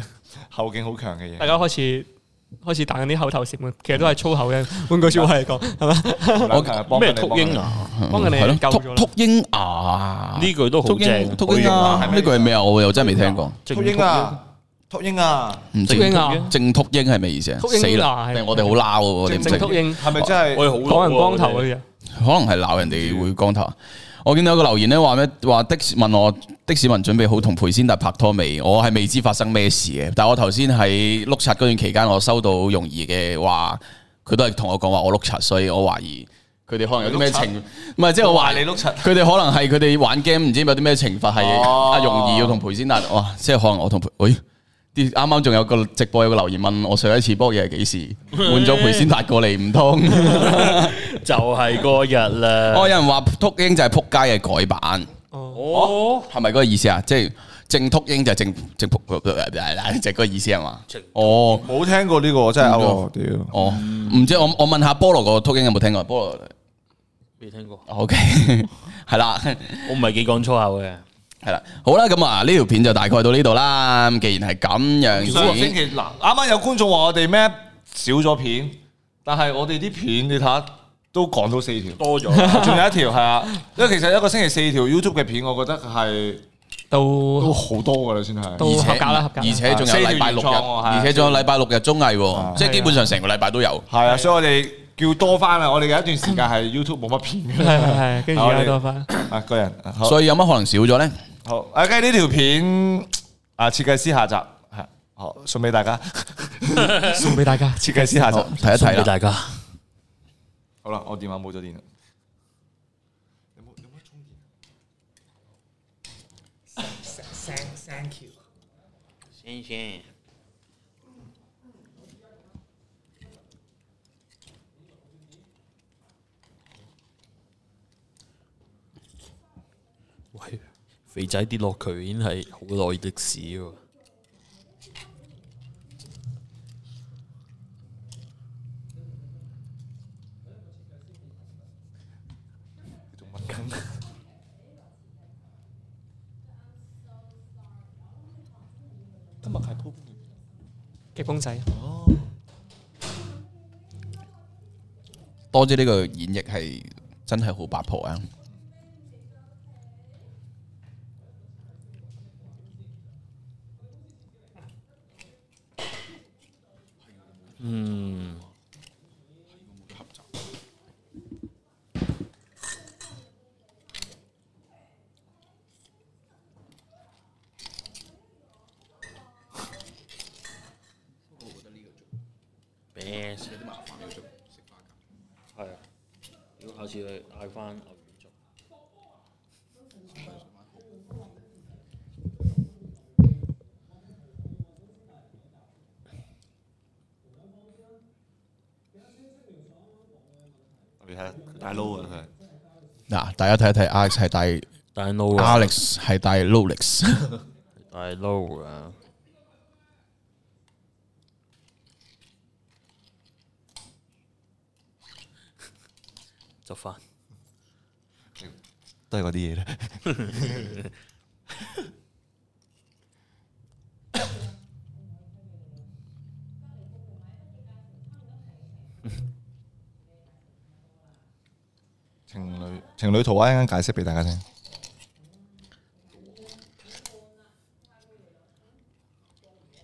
S2: 後勁好強嘅
S4: 大
S2: 嘢。
S4: 家開始開始打緊啲口頭禪，其實都係粗口嘅。換句説話嚟講，係嘛？
S2: 我幫緊
S3: 咩
S2: 你
S3: 禿
S2: 幫緊你
S1: 嗯係
S3: 鷹啊？
S4: 幫緊你
S1: 咯，
S4: 救
S1: 禿
S4: 咗啦
S1: 禿。鷹啊！
S3: 呢句都好
S1: 禿鷹
S3: 正
S1: 禿鷹
S2: 禿鷹啊
S1: 啊！呢句係咩啊？我又真係未聽過。
S2: 禿鷹啊！禿鷹啊！
S1: 唔知
S4: 禿鷹啊
S1: 正禿鷹係咩意思啊？
S4: 禿鷹
S1: 死啦！
S4: 嗱係
S1: 定係我哋好撈喎，你唔
S4: 正
S1: 識
S4: 禿鷹，
S2: 係咪真係
S3: 我哋好
S4: 講人光頭嗰啲啊。
S1: 可能係鬧人哋會光頭。我見到有個留言咧，話咩話的士問我的士文準備好同裴先達拍拖未？我係未知發生咩事嘅，但我頭先喺碌柒嗰段期間，我收到容兒嘅話，佢都係同我講話我碌柒，所以我懷疑佢哋可能有啲咩
S2: 你
S1: 情，唔係即係我懷
S2: 話你碌柒
S1: 佢哋可能係佢哋玩 game 唔知有啲咩懲罰係
S2: 哦
S1: 阿容兒要同裴先達，哇！即係可能我同裴，喂、啲啱啱仲有個直播有個留言問我上一次波嘢係幾時，換咗裴先達過嚟唔通？
S3: 就係嗰日啦。
S1: 哦，有人話禿鷹就係撲街嘅改版，
S3: 哦，
S1: 係咪嗰個意思啊？即係正禿鷹就係正正 撲，就係嗰個意思係嘛
S3: 正？
S1: 哦
S2: 冇聽過呢個？我真係
S1: 唔
S2: 歐啊屌！
S1: 哦，唔知我我問下菠蘿個禿鷹有冇聽過？菠蘿
S3: 未聽過，
S1: ，OK，係啦。
S3: 我唔係幾講粗口嘅。
S1: 係啦，好啦，咁啊呢條片就大概到呢度啦。既然係咁樣
S2: 上個
S1: 子
S2: 星，期嗱，啱啱有觀眾話我哋咩少咗片，但係我哋啲片你睇下都講到四條。
S3: 多咗，
S2: 仲有一條係啊，因為其實一個星期四條 YouTube 嘅片，我覺得係都
S4: 都
S2: 好多哦噶啦，先係。
S4: 都
S1: 而且
S4: 合格啦合格啦
S1: 而且仲有禮拜六
S2: 四條
S1: 日，
S2: 原創喎係啊
S1: 而且仲有禮拜六日綜藝喎，啊即係基本上成個禮拜都有。
S2: 係啊，所以我哋叫多翻啦。我哋有一段時間係 YouTube 冇乜片嘅。
S4: 係係係，跟住而家多翻。
S2: 啊，個人好
S1: 所以有乜可能少咗呢？
S2: 好啊，跟住呢條片啊，設計師下集係好送俾大家，
S4: 送俾大家。
S2: 設計師下集
S1: 好，睇一
S3: 送
S1: 睇
S3: 俾
S1: 啦。
S3: 大家。
S2: 好啦，我電話冇咗電啦。有冇有冇充電？
S3: 先先，喂，肥仔跌落渠已經係好耐的事喎。
S2: 仲問緊？今日係鋪
S4: 極風仔，
S1: 多姐呢個演繹係真係好八婆啊！
S3: Hãy subscribe cho kênh Ghiền Mì Gõ Để không bỏ lỡ 咩事？有啲麻煩要做，係啊！如果下次你嗌翻牛丸粥，
S2: 你睇下佢大撈啊
S1: 嗱，大家睇一睇 Alex 係大
S3: 大撈啊！
S1: Alex 係大 Lolix，
S3: 大撈啊！執翻
S2: 佢都係嗰啲嘢咧。情侶情侶圖畫一陣間解釋俾大家聽。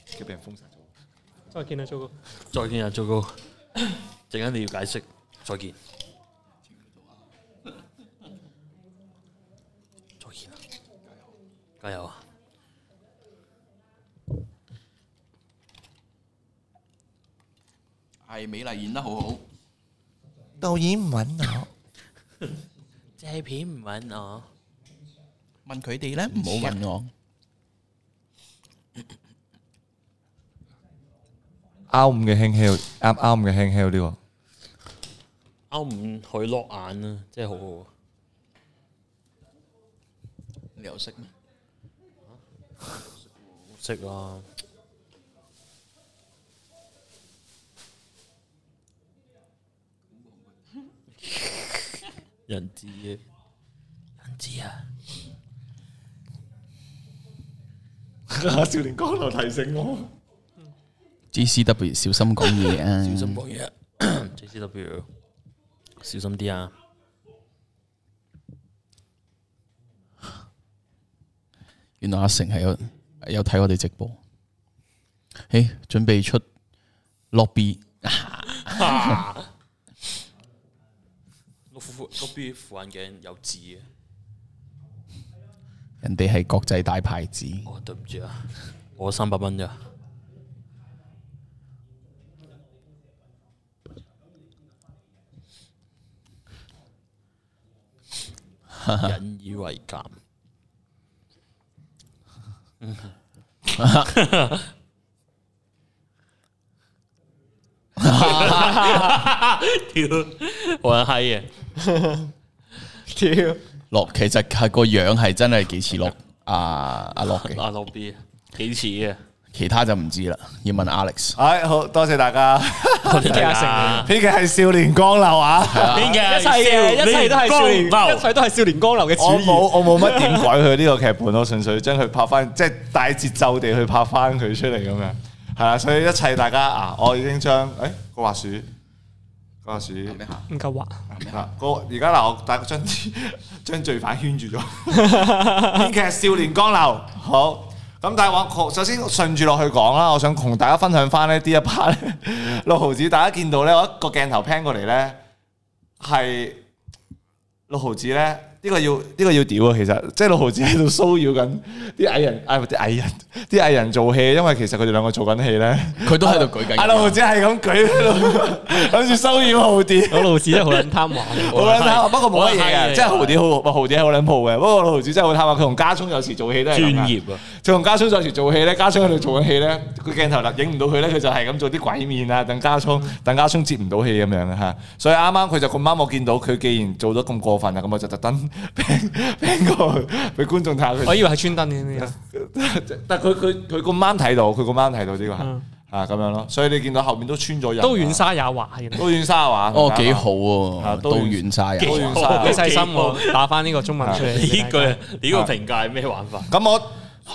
S2: 佢俾人封殺咗。
S4: 再見啦，糟糕！
S3: 再見啊，糟 糕！陣間你要解釋，再見。再見啊！加油啊！
S1: 係美麗演得好好。
S2: 導演唔揾我，
S3: 借片唔揾我，
S1: 問佢哋咧，唔好問我。
S2: 拗五嘅輕佻，啱啱嘅輕佻呢個。
S3: 勾唔佢落眼啊，真係好好啊！
S1: 你又識咩？
S3: 識啊！人知啊，人知啊！
S2: 少年江流提醒我。
S1: GCW 小心講嘢啊！
S3: 小心講嘢啊 ，JCW，小心啲啊！
S1: 原來阿成係有有睇我哋直播，誒，準備出 lobby
S3: 我副嗰邊副眼鏡有字嘅，
S1: 人哋係國際大牌子，
S3: 我對唔住啊，我三百蚊咋，引以為鑑。屌，我係嘅。
S1: 樂其實係個樣係真係幾似樂阿阿樂嘅，
S3: 阿老 B 幾似嘅，
S1: 其他就唔知啦，要問 Alex。
S2: 唉，好多謝大家。
S3: 我哋
S4: 阿成
S2: 呢嘅係少年江流啊！
S3: 邊嘅
S4: 一切嘅一切都係少年，一切都係少年江流嘅
S2: 我
S4: 主
S2: 冇
S4: 意。
S2: 我冇乜點改佢呢個劇本，我純粹將佢拍翻，即係帶節奏地去拍翻佢出嚟咁樣。係啦，所以一切大家啊，我已經將誒個滑鼠，個滑鼠
S4: 唔夠滑，
S2: 嗱個而家嗱我帶將 將罪犯圈住咗。編劇係少年江流，好。咁但係我首先順住落去講啦，我想同大家分享翻呢啲一 part 咧，六毫子大家見到咧，我一個鏡頭 pan 過嚟咧係。六毫子咧，呢、個要呢、個要屌啊！其實即係六毫子喺度騷擾緊啲藝人，啊唔係啲藝人，啲藝人做戲，因為其實佢哋兩個做緊戲咧。
S1: 佢都喺度舉緊
S2: 阿六毫子係咁舉，諗住騷擾豪啲。
S4: 我路子真係好撚貪玩。
S2: 好撚貪，不過冇乜嘢
S3: 我係
S2: 嘅，即係豪啲好，豪啲係好撚蒲嘅。不過豪子真係好貪啊！佢同家聰有時做戲都係
S3: 專
S2: 咁㗎
S3: 業啊！
S2: 佢同家聰有時做戲咧，家聰喺度做緊戲咧，個鏡頭立影唔到佢咧，佢就係咁做啲鬼面啊，等家聰，等家聰接唔到戲咁樣嘅嚇。所以啱啱佢就咁啱，我見到佢既然做得咁過分啊，咁我就特登 拼拼過去俾觀眾睇下
S4: 我
S2: 佢。
S4: 以為係專登嘅呢
S2: 但佢佢佢咁啱睇到，佢咁啱睇到呢個係
S4: 嗯
S2: 啊咁樣咯。所以你見到後面都穿咗人
S4: 個，
S2: 啊。
S4: 都遠沙也滑嘅。
S2: 都遠沙話。
S1: 哦，幾好
S2: 啊
S1: 喎，
S2: 都
S1: 都遠晒
S2: 都
S1: 啊！
S2: 遠沙
S4: 你細心喎，打翻呢個中文出嚟。
S3: 呢啊句呢個評價係咩玩法？
S2: 咁我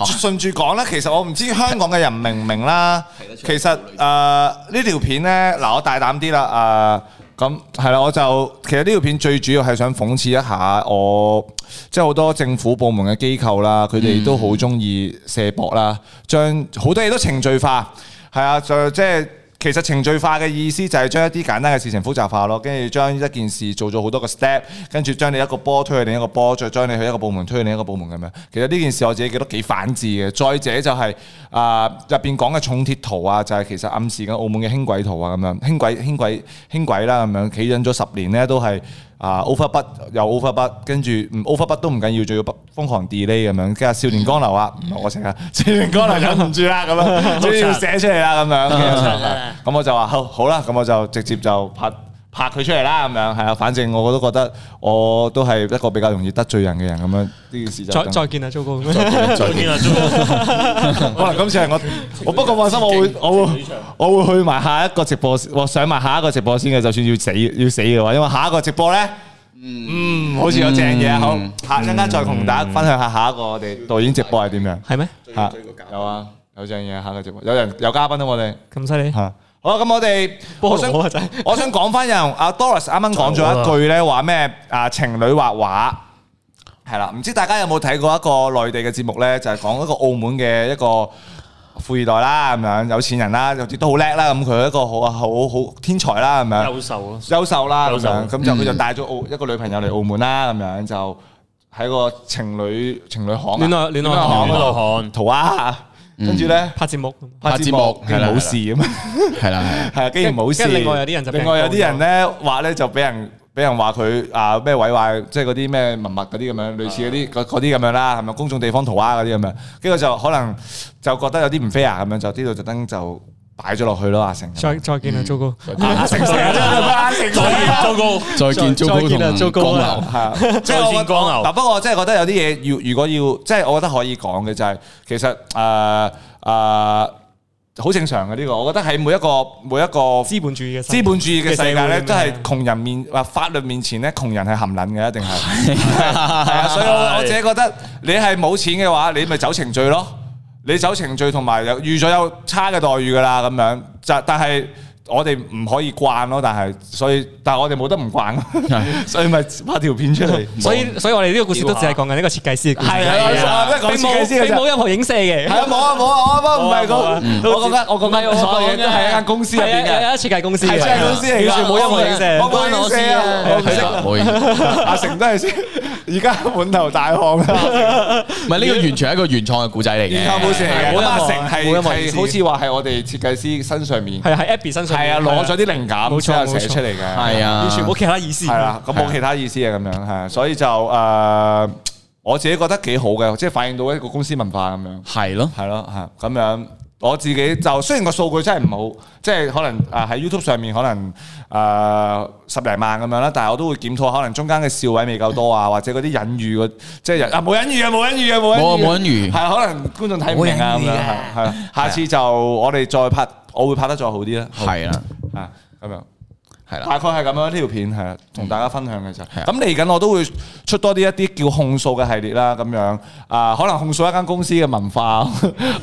S2: 順住講咧，其實我唔知香港嘅人明唔明啦。其實誒呃呢條片咧，嗱我大膽啲啦，誒咁係啦，我就其實呢條片最主要係想諷刺一下我，即係好多政府部門嘅機構啦，佢哋都好中意卸膊啦，將好多嘢都程序化，係啊，就即係。其實程序化嘅意思就係將一啲簡單嘅事情複雜化咯，跟住將一件事做咗好多個 step，跟住將你一個波推去另一個波，再將你去一個部門推去另一個部門咁樣。其實呢件事我自己覺得幾反智嘅。再者就係啊入邊講嘅重鐵圖啊，就係、其實暗示緊澳門嘅輕軌圖啊咁樣，輕軌輕軌輕軌啦咁樣，企緊咗十年呢都係。啊 over 筆又 over 筆，跟住唔 over 筆都唔緊要，仲要不瘋狂 delay 咁樣。跟住阿少年江流啊，唔係我食啊， 少年江流忍唔住啦咁樣，終於要寫出嚟啦咁樣。咁我就話好好啦，咁我就直接就拍拍佢出嚟啦咁樣。係啊，反正我都覺得我都係一個比較容易得罪人嘅人咁樣。呢件事就
S4: 再
S2: 咁
S4: 再見啊，糟 糕！
S3: 再見啦，Joe
S2: 可能今次係我，我不過放心，我會我會我會去埋下一個直播，我上埋下一個直播先嘅，就算要死要死嘅話，因為下一個直播咧，嗯，好似有正嘢，好，下陣間再同大家分享下下一個我哋導演直播係點樣
S4: 係咩？
S2: 嚇，有啊，有正嘢，下個直播有人有嘉賓啊，我哋
S4: 咁犀利？
S2: 嚇。 好啦，咁我哋，我想
S4: 菠蘿啊真係
S2: 我想講翻有人阿啊 Doris 啱啱講咗一句咧，話咩啊情侶畫畫。係啦，唔知大家有冇睇過一個內地嘅節目呢？就係、講一個澳門嘅一個富二代啦，咁樣有錢人啦，有啲都好叻啦，咁佢一個好啊好好天才啦，咁樣
S3: 優秀咯，
S2: 優秀啦，咁
S3: 優秀
S2: 樣咁就佢就帶咗
S4: 嗯
S2: 澳一個女朋友嚟澳門啦，咁樣就喺個情侶情侶行啊
S4: 戀愛戀愛
S3: 我
S4: 行
S2: 嗰
S3: 度
S2: 度
S3: 看
S2: 塗鴉，跟住呢，
S4: 拍節目咁
S1: 拍
S2: 拍
S1: 節
S2: 節
S1: 目
S2: 目竟然
S1: 係啦
S2: 冇事
S1: 系
S2: 咁。
S1: 啦，係啦
S2: 係啊，竟然冇事。
S4: 跟住另外有啲人就俾
S2: 另
S4: 人
S2: 外有啲人咧話咧就俾人俾人話佢啊咩毀壞，即係嗰啲咩文物嗰啲咁樣，類似嗰啲
S4: 啊
S2: 嗰嗰啲咁樣啦，係咪公眾地方塗啊鴉嗰啲咁樣？跟住就可能就覺得有啲唔 fair 啊咁樣，就呢度特登就擺咗落去咯，阿成。
S4: 再再見啊，糟糕！
S3: À,
S2: 阿成成阿成
S3: 再見，糟糕，
S1: 再見糟糕
S4: 再見啦糟
S1: 同
S4: 糕
S1: 江
S4: 啦
S1: 流。
S2: 係啊，即
S3: 再見光
S2: 嗱，
S3: 牛，
S2: 不過我真係覺得有啲嘢要，如果要，即係我覺得可以講嘅就係、其實誒誒。呃呃好正常嘅呢、個，我覺得喺每一個每一個
S4: 資本主義嘅
S2: 資本主義嘅世界咧，
S4: 嘅社會
S2: 都係窮人面或法律面前咧，窮人係含撚嘅，一定係。係啊，所以我
S3: 係
S2: 我自己覺得你係冇錢嘅話，你咪走程序咯。你走程序同埋有預咗有差嘅待遇噶啦，咁樣就但係我哋唔可以慣咯，但係所以但係我哋冇得唔慣， 所以咪拍條片出嚟。
S4: 所以所以我哋呢個故事都只係講緊呢個設計師嘅故事，
S2: 係啊係啊講設計師嘅
S4: 你
S2: 啫
S4: 冇任何影射嘅
S2: 係。啊，冇啊冇啊，我我唔係
S4: 冇啊
S2: 講，我講緊我講
S4: 唔係我
S2: 緊所有嘢
S4: 講嘅
S2: 都係一間公司入邊
S4: 係啊係
S2: 嘅。
S4: 啊設計公司嘅，
S2: 係真係公司嚟㗎
S4: 完全冇任何影射。
S2: 我冇影射啊我唔
S1: 冇
S2: 識
S1: 嘢
S2: 阿成都係而家滿頭大啊汗 啦，
S1: 唔係呢個完全係一個原創嘅故仔嚟嘅。
S2: 然後冇事嚟嘅。
S1: 啊
S4: 冇
S2: 咁
S4: 任
S2: 阿
S4: 何
S2: 成
S4: 冇
S2: 係
S4: 任何意思
S2: 係好似話係我哋設計師身上面
S4: 係啊喺 Abby 身上
S2: 係啊
S4: 面。
S2: 攞咗啲靈感
S4: 冇錯
S2: 先
S4: 冇錯
S2: 係寫出嚟嘅，
S1: 係啊，
S4: 完全冇其他意思。
S2: 係啦，咁
S1: 係啊
S2: 冇其他意思嘅咁樣係，所以就誒我自己覺得幾好嘅，即係反映到一個公司文化咁樣。
S1: 係咯，
S2: 係咯，係咁樣。我自己就雖然個數據真係唔好，即係可能啊喺 YouTube 上面可能誒十零萬咁樣啦，但係我都會檢討，可能中間嘅笑位未夠多啊，或者嗰啲隱喻嗰即係人啊冇隱喻啊冇隱喻啊冇
S1: 冇啊
S2: 隱喻啊
S1: 冇隱喻
S2: 係可能觀眾睇唔明啊咁樣係係啦，下次就我哋再拍，我會拍得再好啲啦，
S1: 係啦，
S2: 啊咁樣。
S1: 係啦。
S2: 大概係咁樣呢條片係啦，同大家分享嘅就係咁嚟緊我都會出多啲一啲叫控訴嘅系列啦，咁樣啊、可能控訴一間公司嘅文化，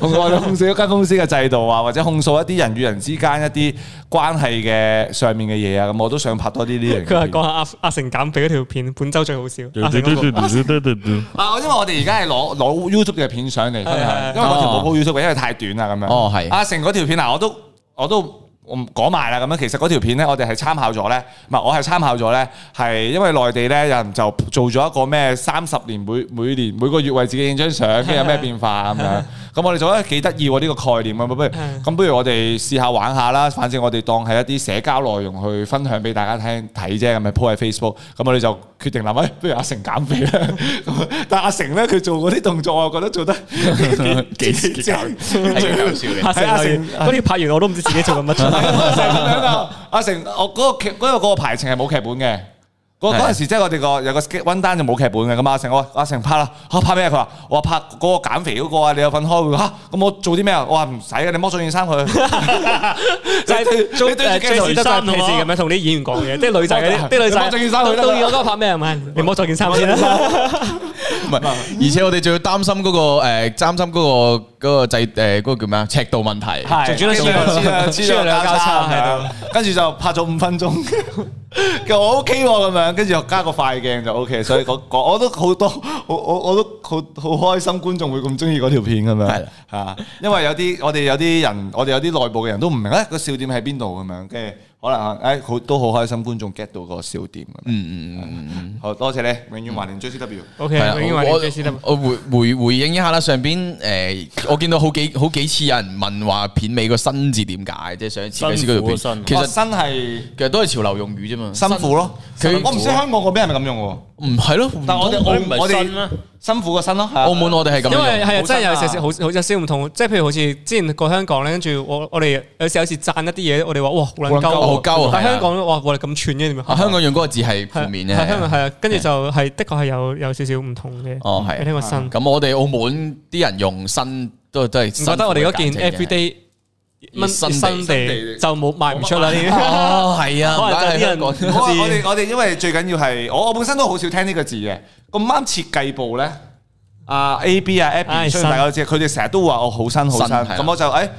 S2: 控訴控訴一間公司嘅制度啊，或者控訴一啲人與人之間一啲關係嘅上面嘅嘢啊，咁我都想拍多啲呢樣
S4: 佢係
S2: 嘢。
S4: 講下阿阿成減肥嗰條片，本周最好笑。阿成嗰個
S2: 啊，因為我哋而家係攞攞 YouTube 嘅片上嚟分
S4: 係係
S2: 享，因為我條冇鋪 YouTube 嘅，因為太短啦咁樣。
S1: 哦係
S2: 阿成嗰條片嗱，我都我都我唔講埋啦咁樣。其實嗰條片咧，我哋係參考咗咧，唔係我係參考咗咧，係因為內地咧有人就做咗一個咩三十年每每年每個月為自己影張相，跟住有咩變化咁樣。咁我哋就覺得幾得意喎呢個概念啊！不如咁，不如我哋試下玩下啦。反正我哋當係一啲社交內容去分享俾大家聽睇啫，咁咪 po 喺 Facebook。咁我哋就決定諗，誒、不如阿成減肥啦。咁但阿成咧，佢做嗰啲動作，我覺得做得幾幾 正。
S1: 係搞笑
S4: 阿
S1: 嘅，
S2: 啊
S4: 成係嗰條拍完我都唔知自己做緊乜出。
S2: 阿成咁樣噶，阿成，我嗰個劇嗰個嗰個排程係冇劇本嘅。嗰嗰陣時即係我哋個有個 skip one 單就冇劇本嘅，咁啊阿成我話阿成拍啦，嚇拍咩？佢話我話拍嗰個減肥嗰個啊，你有份開會嚇，咁我做啲咩啊？我話唔使嘅，你剝咗件衫佢，
S4: 就係做
S2: 你對住
S4: 誒
S2: 鏡
S4: 最
S2: 頭
S4: 時得就係平時咁樣同啲演 員講嘢，即係女仔嗰啲，啲女
S2: 你
S4: 仔
S2: 摸咗件衫佢得
S4: 到
S2: 啦
S4: 要嗰個拍咩係咪？你摸咗件衫先 啦。
S1: 唔係，而且我哋仲要擔心嗰個誒，擔心嗰個嗰個制誒嗰個叫咩啊？尺度問 題，
S2: 係
S4: 仲轉咗
S2: 黐兩
S4: 黐咗兩交叉
S1: 啊
S4: 喺度，
S2: 啊跟住就拍咗五分鐘， 跟住我 OK 喎咁樣，跟住又加個快鏡就 OK，所以嗰嗰我都好多，我我我都好好開心，觀眾會咁中意嗰條片咁樣，
S1: 係啦
S2: 嚇，因為有啲我哋有啲人，我哋有啲內部嘅人都唔明啊咧個笑點喺邊度咁樣，跟住可能誒好都好開心，觀眾 get 到個笑點咁樣。啊
S1: 嗯嗯嗯嗯。
S2: 好多謝你，永遠懷念 JCW。
S4: O
S1: 係啊
S4: K，永遠話你
S1: 我
S4: J C W。
S1: 我回回回應一下啦，上邊誒，我見到好幾好幾次有人問話片尾個新字點解，即係上一次嘅
S3: 辛
S1: 嗰條
S3: 苦
S1: 片，
S3: 個辛
S1: 其
S2: 哦
S1: 實
S2: 新係
S1: 其實都係潮流用語啫嘛，
S2: 辛苦咯，
S1: 佢
S2: 我唔知香港嗰邊係咪咁用喎，
S1: 唔係咯，
S2: 但我哋
S3: 佢唔
S2: 澳我
S3: 係
S2: 哋
S3: 新咩？
S2: 辛苦個辛咯，係啊
S1: 澳門我哋係咁
S4: 因
S1: 樣
S4: 為
S1: 用，
S4: 係啊，
S2: 好
S4: 真係
S2: 真啊
S4: 有少少好好有少唔同，即係譬如好似之前過香港咧，跟住我我哋有時有時讚一啲嘢，我哋話哇好撚鳩喎，
S1: 好撚鳩喎
S4: 但
S1: 係啊
S4: 香港哇我哋咁串嘅點
S1: 啊香港用嗰個字係負面嘅，
S4: 係香港係啊，跟住就係的確係有有少少唔同嘅。
S1: 哦
S4: 你
S1: 係。
S4: 聽個新，
S1: 咁我哋澳門啲人用新都都係
S4: 唔
S1: 辛苦嘅簡稱
S4: 覺
S1: 嘅，
S4: 得我哋嗰件 everyday 蚊
S1: 新地
S4: 新地就冇賣唔出啦，呢啲
S1: 哦係啊，
S4: 可能就係啲人
S1: 唔怪得香港
S2: 我我哋我哋因為最緊要係我我本身都好少聽呢個字嘅，咁啱設計部咧，啊 A B 啊 Abby，
S4: 唉
S2: 相信大家都知，佢哋成日都會話哦我好新好新，
S1: 新係啦
S2: 咁我就誒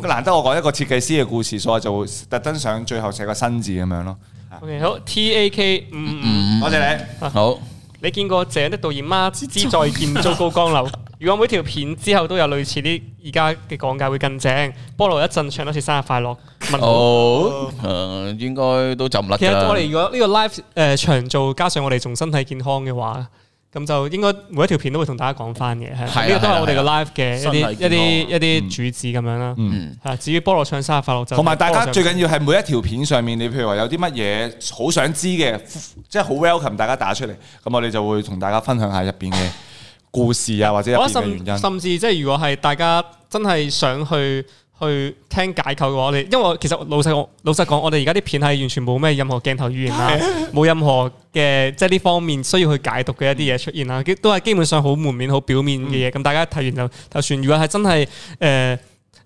S2: 咁難得我講一個設計師嘅故事，所以就特登想最後寫個新字咁樣咯。
S4: OK，好 T A K 五五，
S2: 多謝你。
S1: 好。
S4: 你見過井的導演嗎？之之再見糟糕江流。如果每條片之後都有類似啲而家嘅講解會更正。菠蘿一陣唱多次生日快樂。問號
S1: 哦，誒應該都就唔甩
S4: 其
S1: 㗎
S4: 實
S1: 啦
S4: 我哋如果呢個 live 誒、長做，加上我哋仲身體健康嘅話，咁就應該每一條片都會同大家講翻嘅。
S1: 係啊
S4: 係呢個都係我哋
S1: 係
S4: 嘅 live 嘅
S3: 身體
S4: 一啲
S3: 健
S4: 一
S3: 康
S4: 啲一啲主旨咁樣啦。
S1: 嗯
S4: 係啊至於菠蘿唱生日快樂就
S2: 同埋大家最
S4: 菠蘿
S2: 緊要係每一條片上面，你譬如話有啲乜嘢好想知嘅，即係好 welcome 大家打出嚟，咁我哋就會同大家分享下入邊嘅故事啊，或者入邊
S4: 唱我覺
S2: 嘅
S4: 得
S2: 原因。
S4: 甚甚至即係如果係大家真係想去。去聽解構嘅話，我哋因為我其實老實講，老實講，我哋而家啲片係完全冇咩任何鏡頭語言啦，冇任何嘅即係呢方面需要去解讀嘅一啲嘢出現啦，都係基本上好門面、好表面嘅嘢。
S2: 嗯
S4: 咁、大家睇完就就算，如果係真係誒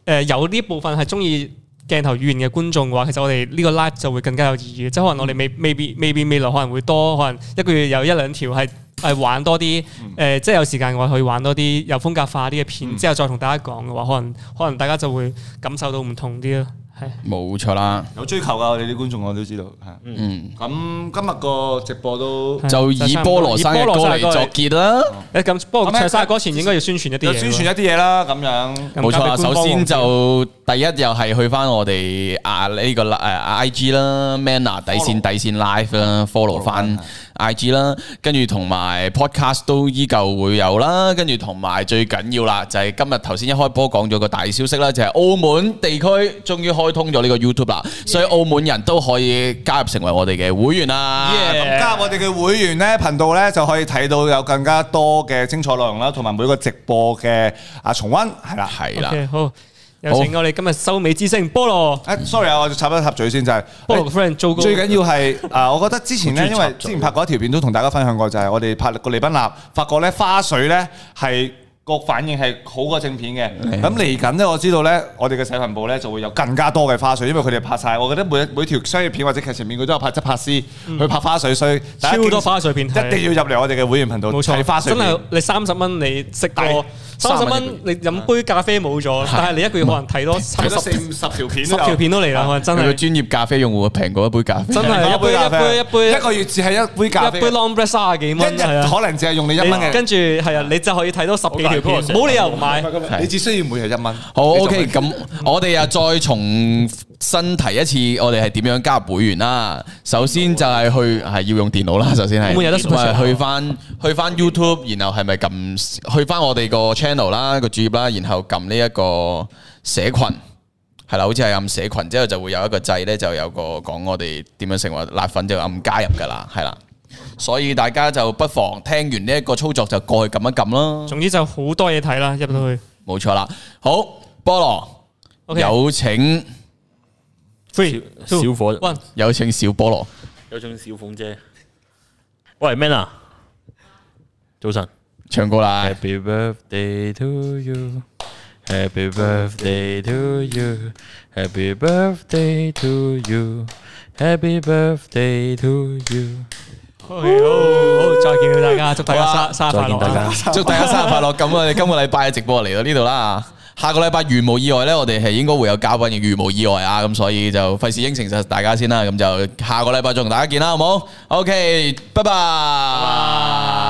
S4: 誒有呢部分係中意鏡頭語言嘅觀眾嘅話，其實我哋呢個 live 就會更加有意義。即係可能我
S2: 嗯
S4: 哋未未必未必未來可能會多，可能一個月有一兩條係係玩多啲誒、
S2: 嗯
S4: 呃即係有時間嘅話去玩多啲有風格化啲嘅片，之後再同大家講嘅話，可能可能大家就會感受到唔同啲咯。係
S1: 冇錯啦，
S2: 有追求噶，我哋啲觀眾我都知道。係
S1: 嗯，
S2: 咁今日個直播都
S4: 係
S1: 就以
S4: 就差
S1: 菠
S4: 唔
S1: 蘿
S4: 多
S1: 生日歌嚟作結啦。
S4: 誒咁，不過
S2: 咁
S4: 唱生日歌前應該要宣傳一啲
S2: 又
S4: 嘢喎。啊
S2: 宣傳一啲嘢啦，咁樣
S4: 咁
S1: 冇錯啦，
S4: 交俾官
S1: 首
S4: 方
S1: 先
S4: 王啊
S1: 就第一又係去翻我哋啊呢個誒 I G 啦，Manner 底線
S2: Follow
S1: 底線 Live 啦，follow 翻 I G 啦，跟住同埋 podcast 都依舊會有啦，跟住同埋最緊要啦，就係今日頭先一開波講咗個大消息啦，就係澳門地區終於開通咗呢個 YouTube 啦，所以澳門人都可以加入成為我哋嘅會員啦。
S2: 咁加入我哋嘅會員咧頻道咧，就可以睇到有更加多嘅精彩內容啦，同埋每個直播嘅啊重温係啦。
S1: 係啦，
S4: OK，好，有請我哋今日收尾之星菠蘿
S2: 誒，sorry 啊，我插一插嘴先就係、
S4: 菠蘿 friend 糟糕。
S2: 最緊要係啊！我覺得之前咧，
S3: 好中意
S2: 因為
S3: 插嘴
S2: 之前拍過一條片都同大家分享過，就係我哋拍個利賓納，發覺咧花絮咧係個反應係好過正片嘅。咁嚟緊咧，我知道咧，我哋嘅社群部咧就會有更加多嘅花絮，因為佢哋拍晒。我覺得每每條商業片或者劇情片，佢都有拍執拍師去拍花絮，所以大家
S4: 嗯超多花絮片
S2: 一定要入嚟我哋嘅會員頻道
S4: 冇錯
S2: 睇，花絮
S4: 真係
S2: 片。
S4: 你三十蚊你食
S2: 係
S4: 過三十蚊你飲杯咖啡冇咗，但係你一個月可能睇多七十
S2: 五十條片
S4: 十條片都嚟啦，可能真
S1: 佢個
S4: 係
S1: 專業咖啡用戶平過一杯咖啡。
S4: 真係一杯一杯一杯
S2: 一個月只係一杯咖啡，
S4: 一杯 long bread 卅幾
S2: 一
S4: 蚊
S2: 日
S4: 係啊，
S2: 可能只係用你一蚊
S4: 你
S2: 嘅，
S4: 跟住係啊，你就可以睇多十幾條片，
S3: 好大個
S4: 冇理由唔買。
S1: 係
S2: 你只需要每日一蚊。
S1: 好
S2: 你就可以
S1: ，OK，咁我哋又再重新提一次，我哋係點樣加入會員啦？首先就係去係要用電腦啦，首先係，
S4: 嗯會唔會有得
S1: 同
S4: super
S1: 埋
S4: chat 啊
S1: 去翻去翻 YouTube，然後係咪撳去翻我哋個 channel 啦個主頁啦，然後撳呢一個社群。係啦，好似係暗社群之後就會有一個掣咧，就有個講我哋點樣成為辣粉就暗加入㗎啦，係啦。所以大家就不妨聽完呢一個操作就過去撳一撳啦，
S4: 總之就好多嘢睇啦，入到去。
S1: 冇錯啦。好，菠蘿
S4: OK，
S1: 有請。
S4: three
S3: 小
S4: two
S3: 小伙
S4: one，
S1: 有請小菠蘿，
S3: 有種小鳳姐。喂，Man 啊，早晨。
S1: 唱歌 啦，
S3: Happy birthday to you. Happy birthday to you. Happy birthday to you. Happy birthday to you.
S4: 好，好再見到大家，祝大
S1: 好
S4: 家
S1: 啊
S4: 生生日快樂
S3: 再見大
S4: 啊
S3: 家！
S1: 祝大家生日快樂！咁我哋今個禮拜嘅直播嚟到呢度啦，下個禮拜如無意外呢，我哋係應該會有嘉賓嘅，如無意外啊，咁所以就費事應承晒大家先啦，咁就下個禮拜再同大家見啦，好冇？OK，拜拜。